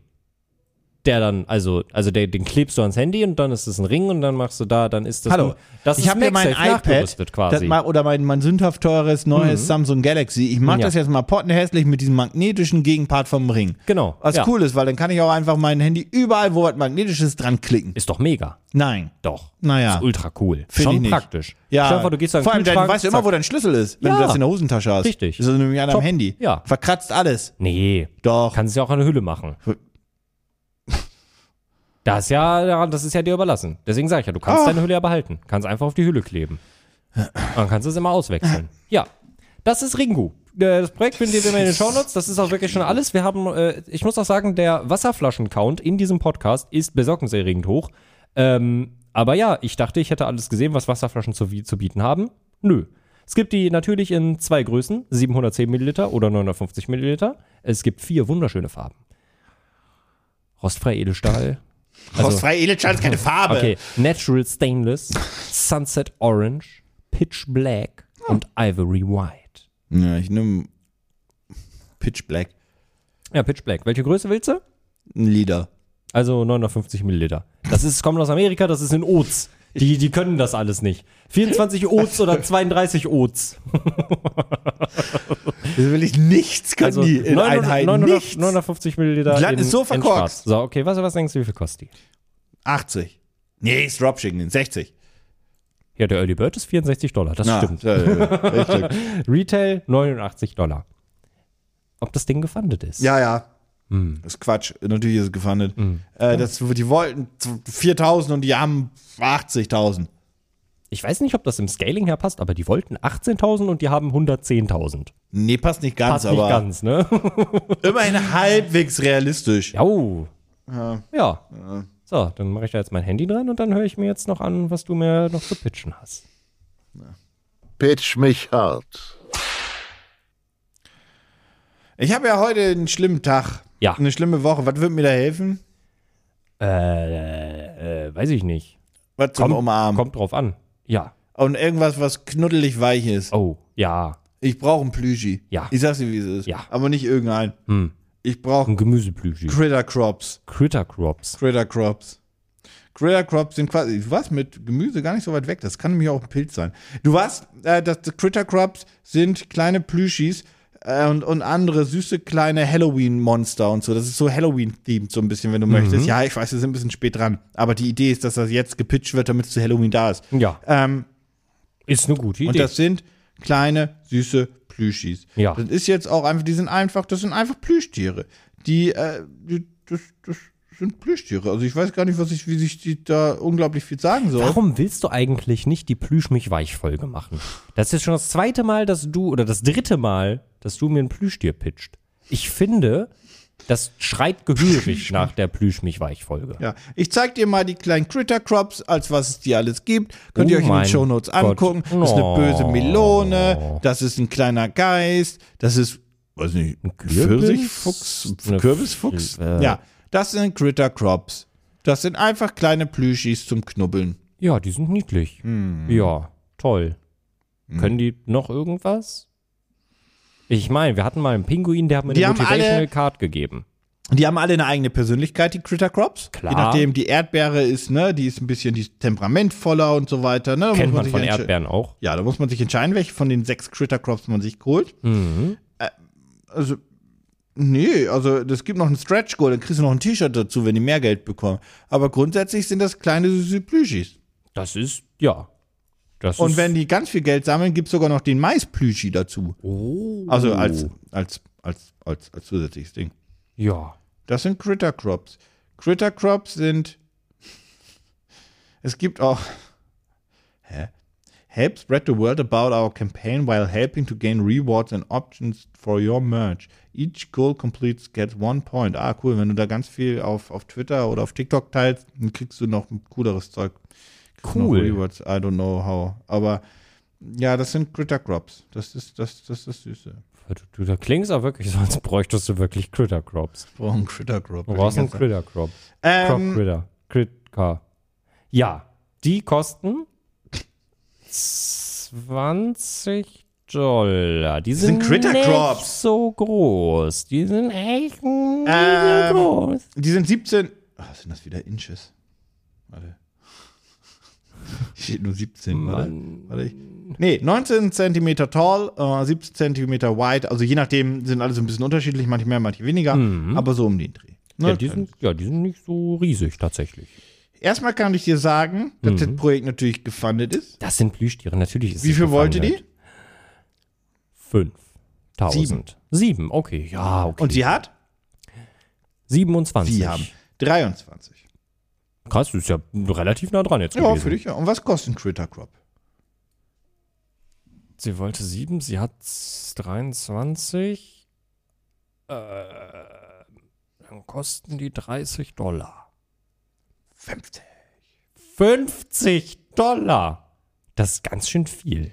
C: Der dann, also, also der, den klebst du ans Handy und dann ist es ein Ring und dann machst du da, dann ist das.
B: Hallo,
C: das
B: ich
C: ist
B: habe mir mein
C: MagSafe nachgerüstet
B: iPad das
C: quasi. Mhm.
B: ma- oder mein, mein sündhaft teures neues Samsung Galaxy. Ich mache
C: Ja.
B: das jetzt mal pottenhässlich mit diesem magnetischen Gegenpart vom Ring.
C: Genau,
B: Was
C: ja.
B: cool ist, weil dann kann ich auch einfach mein Handy überall, wo was magnetisches dran klicken.
C: ist doch mega.
B: Nein.
C: Doch.
B: Naja.
C: Ist ultra cool.
B: Find
C: Schon
B: ich nicht.
C: praktisch.
B: Ja,
C: Stell dir vor, du gehst da in den
B: vor allem, dann
C: Kühlschrank,
B: weißt du immer,
C: zack.
B: wo dein Schlüssel ist, wenn
C: Ja.
B: du das in der Hosentasche hast.
C: Richtig.
B: Das ist nämlich an deinem
C: Top.
B: Handy.
C: Ja.
B: Verkratzt alles.
C: Nee.
B: Doch.
C: Kannst du ja auch eine Hülle machen. Das ist ja, das ist ja dir überlassen. Deswegen sage ich ja, du kannst
B: Ah.
C: deine Hülle ja behalten. Kannst einfach auf die Hülle kleben. Dann kannst du es immer auswechseln. Ja, das ist Ringu. Äh, Das Projekt findet ihr immer in den Shownotes. Das ist auch wirklich schon alles. Wir haben, äh, ich muss auch sagen, der Wasserflaschen-Count in diesem Podcast ist besorgniserregend hoch. Ähm, aber ja, ich dachte, ich hätte alles gesehen, was Wasserflaschen zu, wie- zu bieten haben. Nö. Es gibt die natürlich in zwei Größen, 710 Milliliter oder 950 Milliliter. Es gibt vier wunderschöne Farben. Rostfrei Edelstahl.
B: Also, Rostfrei Edelstahl ist keine Farbe.
C: Okay, Natural Stainless, Sunset Orange, Pitch Black und Ivory White.
B: Ja, ich nehme Pitch Black.
C: Ja, Pitch Black. Welche Größe willst du?
B: Ein Lieder.
C: Also 950 Milliliter. Das ist, kommt aus Amerika, das ist in Oats. Die, die können das alles nicht. 24 Oats oder 32 Oats.
B: Das will ich nichts können
C: Also
B: die in
C: 900
B: Einheiten.
C: 900
B: nichts.
C: 950 Milliliter.
B: Das Land
C: in,
B: ist so
C: in
B: verkorkst.
C: Schwarz. So, okay, was, was denkst du, wie viel kostet die?
B: 80. Nee, ist Dropshipping. 60.
C: Ja, der Early Bird ist 64 Dollar, das
B: Na,
C: stimmt.
B: Ja, ja, ja. Richtig.
C: Retail 89 Dollar. Ob das Ding gefundet ist?
B: ja. ja. Hm. Das ist Quatsch. Natürlich ist es gefundet.
C: Hm.
B: Äh, das, die wollten 4000 und die haben 80.000.
C: Ich weiß nicht, ob das im Scaling her passt, aber die wollten 18.000 und die haben 110.000.
B: Nee, passt nicht ganz,
C: Passt
B: aber
C: nicht ganz, ne?
B: immerhin halbwegs realistisch.
C: ja. Ja. So, dann mache ich da jetzt mein Handy dran und dann höre ich mir jetzt noch an, was du mir noch zu pitchen hast.
A: Pitch mich hart.
B: Ich habe ja heute einen schlimmen Tag.
C: Ja.
B: Eine schlimme Woche. Was wird mir da helfen?
C: Äh, äh weiß ich nicht.
B: Was zum Umarmen.
C: Kommt drauf an. Ja.
B: Und irgendwas, was knuddelig weich ist.
C: Oh, ja.
B: Ich brauche einen Plüschi.
C: Ja.
B: Ich sag's dir, wie es ist.
C: Ja.
B: Aber nicht irgendeinen.
C: Hm.
B: Ich brauche
C: Ein Gemüseblüschi.
B: Critter Crops.
C: Critter Crops.
B: Critter Crops. Critter Crops sind quasi, du warst mit Gemüse gar nicht so weit weg, das kann nämlich auch ein Pilz sein. Du warst, äh, das Critter Crops sind kleine Plüschis äh, und, und andere süße kleine Halloween-Monster und so. Das ist so Halloween-themed so ein bisschen, wenn du
C: Mhm.
B: möchtest. Ja, ich weiß, wir sind ein bisschen spät dran, aber die Idee ist, dass das jetzt gepitcht wird, damit es zu Halloween da ist.
C: Ja,
B: Ähm,
C: ist eine gute Idee.
B: und das sind kleine, süße Plüschis.
C: Ja.
B: Das ist jetzt auch einfach, die sind einfach, das sind einfach Plüschtiere. Die, äh, die das, das sind Plüschtiere. Also ich weiß gar nicht, was ich, wie sich die da unglaublich viel sagen soll.
C: Warum willst du eigentlich nicht die Plüsch-mich-weich-Folge machen? Das ist schon das zweite Mal, dass du, oder das dritte Mal, dass du mir ein Plüschtier pitcht. Ich finde, das schreit gehörig nach der Plüsch-mich-weich-Folge.
B: Ja, ich zeig dir mal die kleinen Critter Crops, als was es die alles gibt. Könnt ihr
C: Oh
B: euch in den
C: mein
B: Shownotes
C: Gott.
B: angucken. Das ist eine
C: Oh.
B: böse Melone, das ist ein kleiner Geist, das ist, weiß nicht,
C: Kürbis?
B: Pfirsichfuchs,
C: Eine
B: Kürbisfuchs.
C: Fl- äh.
B: Ja, das sind Critter Crops. Das sind einfach kleine Plüschis zum Knubbeln.
C: Ja, die sind niedlich.
B: Hm.
C: Ja, toll. Können die noch irgendwas? Ich meine, wir hatten mal einen Pinguin, der hat mir
B: Die
C: eine
B: haben alle-
C: Motivational Card gegeben.
B: Die haben alle eine eigene Persönlichkeit, die Critter Crops.
C: Klar.
B: Je nachdem, die Erdbeere ist, ne, die ist ein bisschen die ist temperamentvoller und so weiter. Ne, da
C: Kennt
B: muss
C: man
B: sich
C: von
B: entsch-
C: Erdbeeren auch.
B: Ja, da muss man sich entscheiden, welche von den sechs Critter Crops man sich holt.
C: Mhm.
B: Also, nee, also es gibt noch einen Stretch Goal, dann kriegst du noch ein T-Shirt dazu, wenn die mehr Geld bekommen. Aber grundsätzlich sind das kleine süße Plüschis.
C: Das ist, ja. Das
B: Und
C: ist,
B: wenn die ganz viel Geld sammeln, gibt es sogar noch den Mais-Plüschi dazu.
C: Oh.
B: Also als, als, als, als, als zusätzliches Ding.
C: Ja.
B: Das sind Critter Crops. Critter Crops sind. Es gibt auch. Hä? Help spread the word about our campaign while helping to gain rewards and options for your merch. Each goal completes gets one point. Ah, cool. Wenn du da ganz viel auf, auf Twitter oder auf TikTok teilst, dann kriegst du noch ein cooleres Zeug. Kriegst du noch
C: Cool.
B: Rewards. I don't know how. Aber ja, das sind Critter Crops. Das ist das, das, ist das Süße.
C: Du, du, du klingst auch wirklich so, als bräuchtest du wirklich Critter Crops.
B: Ich brauche einen Critter Crop.
C: Du brauchst einen Critter Crop. Crop
B: Ähm,
C: Critter. Critter. Ja, die kosten 20 Dollar. Die
B: sind
C: sind,
B: Critter
C: nicht
B: Crops.
C: so groß. Die sind echt nicht
B: Ähm,
C: so groß.
B: Die sind 17. Ach, sind das wieder Inches? Warte. Steht nur 17, warte.
C: Mann.
B: warte ich. Nee, 19 cm tall, äh, 17 cm wide. Also je nachdem sind alle so ein bisschen unterschiedlich, manche mehr, manche weniger. Aber so um den Dreh. Ne?
C: Mhm. Ja die, sind, ja, die sind nicht so riesig tatsächlich.
B: Erstmal kann ich dir sagen, dass
C: Mhm.
B: das Projekt natürlich gefundet ist.
C: Das sind Plüschtiere, natürlich. Ist
B: Wie
C: es
B: viel wollte die?
C: gefangen. Fünf. Tausend. Sieben, okay. Ja, okay.
B: Und sie hat?
C: 27.
B: Sie haben 23.
C: Krass, du bist ja relativ nah dran jetzt
B: Ja,
C: gewesen.
B: für dich. Ja. Und was kostet ein Critter Crop?
C: Sie wollte 7, sie hat 23. Äh, dann kosten die 30 Dollar.
B: 15.
C: 50 Dollar! Das ist ganz schön viel.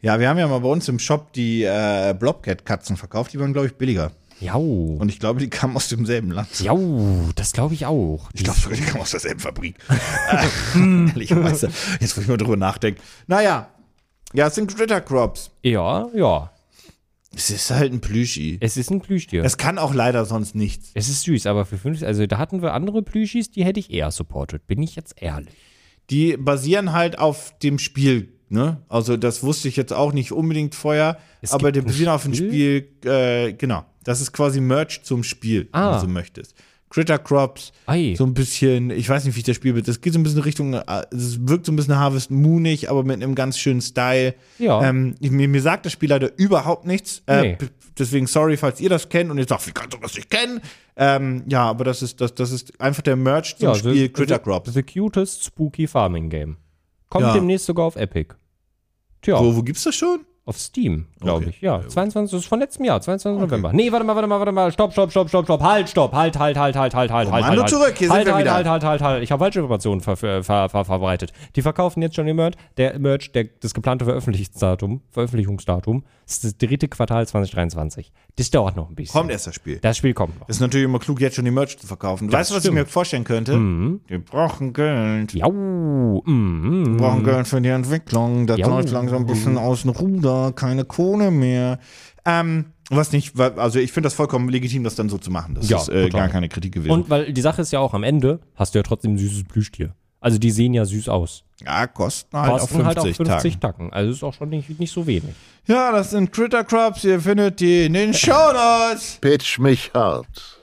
B: Ja, wir haben ja mal bei uns im Shop die äh, Blobcat-Katzen verkauft. Die waren, glaube ich, billiger.
C: Jau.
B: Und ich glaube, die kamen aus demselben Land.
C: Jau, das glaube ich auch.
B: Ich glaube sogar, die kamen aus derselben Fabrik. Äh, Ehrlicherweise. Jetzt, wo ich mal drüber nachdenke. Naja. Ja, es sind Critter Crops.
C: Ja, ja.
B: Es ist halt ein Plüschi.
C: Es ist ein Plüschtier.
B: Das kann auch leider sonst nichts.
C: es ist süß, aber für 50, also da hatten wir andere Plüschis, die hätte ich eher supportet, bin ich jetzt ehrlich.
B: Die basieren halt auf dem Spiel, ne? Also, das wusste ich jetzt auch nicht unbedingt vorher.
C: Es
B: aber die
C: gibt ein
B: basieren auf dem Spiel, äh, genau. Das ist quasi Merch zum Spiel, wenn
C: Ah.
B: du so möchtest. Critter Crops,
C: Ei.
B: so ein bisschen, ich weiß nicht, wie ich das Spiel wird. Das geht so ein bisschen Richtung, äh, es wirkt so ein bisschen Harvest Moonig, aber mit einem ganz schönen Style.
C: Ja.
B: Ähm, ich, mir, mir sagt das Spiel leider überhaupt nichts. Äh,
C: Nee.
B: p- Deswegen sorry, falls ihr das kennt und ihr sagt, wie kannst du das nicht kennen? Ähm, ja, aber das ist, das, das ist einfach der Merch zum Spiel Critter Crops.
C: The, the cutest spooky farming game. Kommt
B: Ja.
C: demnächst sogar auf Epic. Tja.
B: Wo, wo gibt's das schon?
C: Auf Steam, glaube
B: Okay.
C: ich. Ja, 22, das ist von letztem Jahr, 22. November. Nee, warte mal, warte mal, warte mal. Stopp, stopp, stopp, stopp, stopp. Halt, stopp. Halt, halt, halt, halt, halt, halt, halt.
B: Kommando
C: halt,
B: zurück, hier sind
C: halt,
B: wir
C: halt,
B: wieder.
C: Halt, halt, halt, halt. Ich habe falsche Informationen ver ver ver ver verbreitet. Die verkaufen jetzt schon den Merch. Der Merch, der, das geplante Veröffentlichungsdatum, Veröffentlichungsdatum ist das dritte Quartal 2023. Das dauert noch ein bisschen.
B: Kommt erst das Spiel.
C: Das Spiel kommt noch.
B: Ist natürlich immer klug, jetzt schon die Merch zu verkaufen. weißt du, was
C: stimmt.
B: ich mir vorstellen könnte? Wir brauchen Geld.
C: Ja, mm,
B: Wir brauchen Geld für die Entwicklung. Das
C: Ja.
B: läuft langsam ein bisschen aus dem Ruder. Keine Kohle mehr. Ähm, was nicht, wa- also ich finde das vollkommen legitim, das dann so zu machen. Das
C: Ja,
B: ist äh,
C: total.
B: gar keine Kritik gewesen.
C: Und weil die Sache ist ja auch, am Ende hast du ja trotzdem ein süßes Plüschtier. Also die sehen ja süß aus.
B: ja, kosten halt auf
C: Kosten
B: 50,
C: halt auch 50
B: Tagen.
C: Tacken. Also ist auch schon nicht, nicht so wenig.
B: Ja, das sind Critter Crops. Ihr findet die in den Show Notes.
A: Pitch mich hart.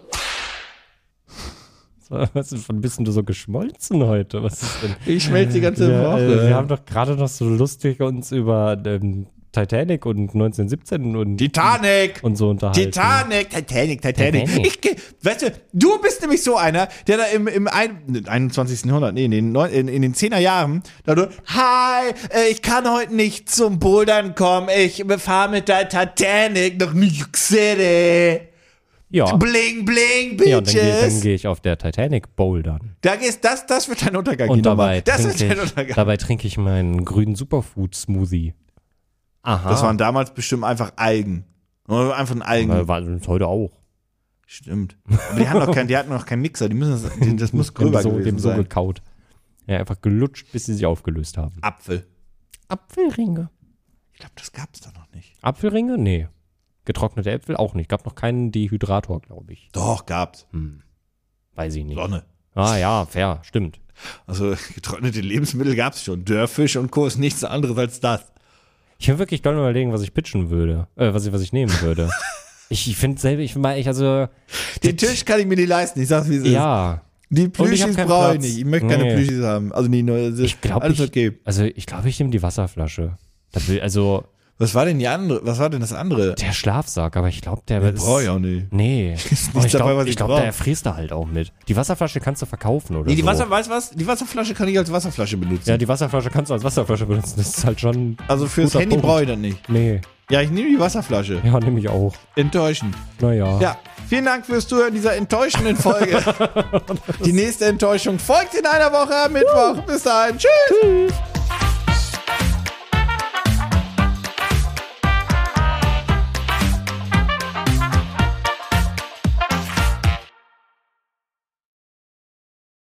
C: Was ist, wann bist denn du so geschmolzen heute? Was ist denn?
B: Ich schmelze die ganze
C: Ja, äh,
B: Woche.
C: wir haben doch gerade noch so lustig uns über ähm, Titanic und 1917 und,
B: Titanic.
C: und so unterhalten.
B: Titanic, Titanic, Titanic.
C: Titanic.
B: Ich, geh- weißt du, du bist nämlich so einer, der da im, im ein, 21. Jahrhundert, nee, in den, neun, in, in den 10er Jahren, da du, hi, äh, ich kann heute nicht zum Bouldern kommen, ich fahre mit der Titanic nach New York City.
C: Ja,
B: Bling, bling,
C: Ah. ja und dann gehe dann
B: Bitches.
C: geh ich auf der Titanic bouldern.
B: da gehst, das, das wird dein Untergang.
C: Und
B: Guido.
C: dabei
B: das wird
C: trinke,
B: dein
C: ich,
B: Untergang.
C: dabei trinke ich meinen grünen Superfood-Smoothie. Aha.
B: Das waren damals bestimmt einfach Algen. Nur Einfach ein Algen.
C: Äh, war das heute auch.
B: Stimmt. Aber die, haben noch kein, die hatten noch keinen Mixer, die müssen das, die, das muss
C: Dem
B: gröber
C: so,
B: gewesen
C: dem so
B: sein.
C: gekaut. Ja, einfach gelutscht, bis sie sich aufgelöst haben.
B: Apfel.
C: Apfelringe.
B: Ich glaube, das gab's da noch nicht.
C: Apfelringe? Nee. Getrocknete Äpfel auch nicht. Gab noch keinen Dehydrator, glaube ich.
B: Doch, gab's.
C: Weiß ich nicht.
B: Sonne.
C: Ah ja, fair, stimmt.
B: Also getrocknete Lebensmittel gab's schon. Dörrfisch und Co. ist nichts anderes als das.
C: Ich will wirklich doll überlegen, was ich pitchen würde. Äh, was ich, was ich nehmen würde. ich ich finde selber, ich meine, ich also.
B: Den Tisch kann ich mir nicht leisten, ich sag's wie es ist.
C: Ja.
B: Die
C: ich hab
B: Plüschis
C: keinen
B: brauche ich
C: Platz.
B: nicht. Ich möchte keine
C: Nee.
B: Plüschis haben. Also nee, neue.
C: Ich glaube,
B: alles
C: ich,
B: okay.
C: also ich glaube, ich nehme die Wasserflasche. Das will, also
B: Was war denn die andere? Was war denn das andere?
C: der Schlafsack, aber ich glaube, der ist-
B: Brauche ich auch nicht.
C: Nee. Aber ich
B: nicht dabei,
C: glaube,
B: was
C: ich
B: ich
C: glaub,
B: brauch.
C: da erfrierst du halt auch mit. Die Wasserflasche kannst du verkaufen oder
B: Nee, die
C: so.
B: Wasser, weißt du was? Die Wasserflasche kann ich als Wasserflasche benutzen.
C: ja, die Wasserflasche kannst du als Wasserflasche benutzen. Das ist halt schon.
B: also fürs
C: Guter
B: Handy
C: Punkt.
B: brauche ich das nicht.
C: Nee.
B: Ja, ich nehme die Wasserflasche.
C: Ja, nehme ich auch.
B: Enttäuschend.
C: Naja.
B: Ja, vielen Dank fürs Zuhören dieser enttäuschenden Folge. Die nächste Enttäuschung folgt in einer Woche am Mittwoch. Bis dahin. Tschüss.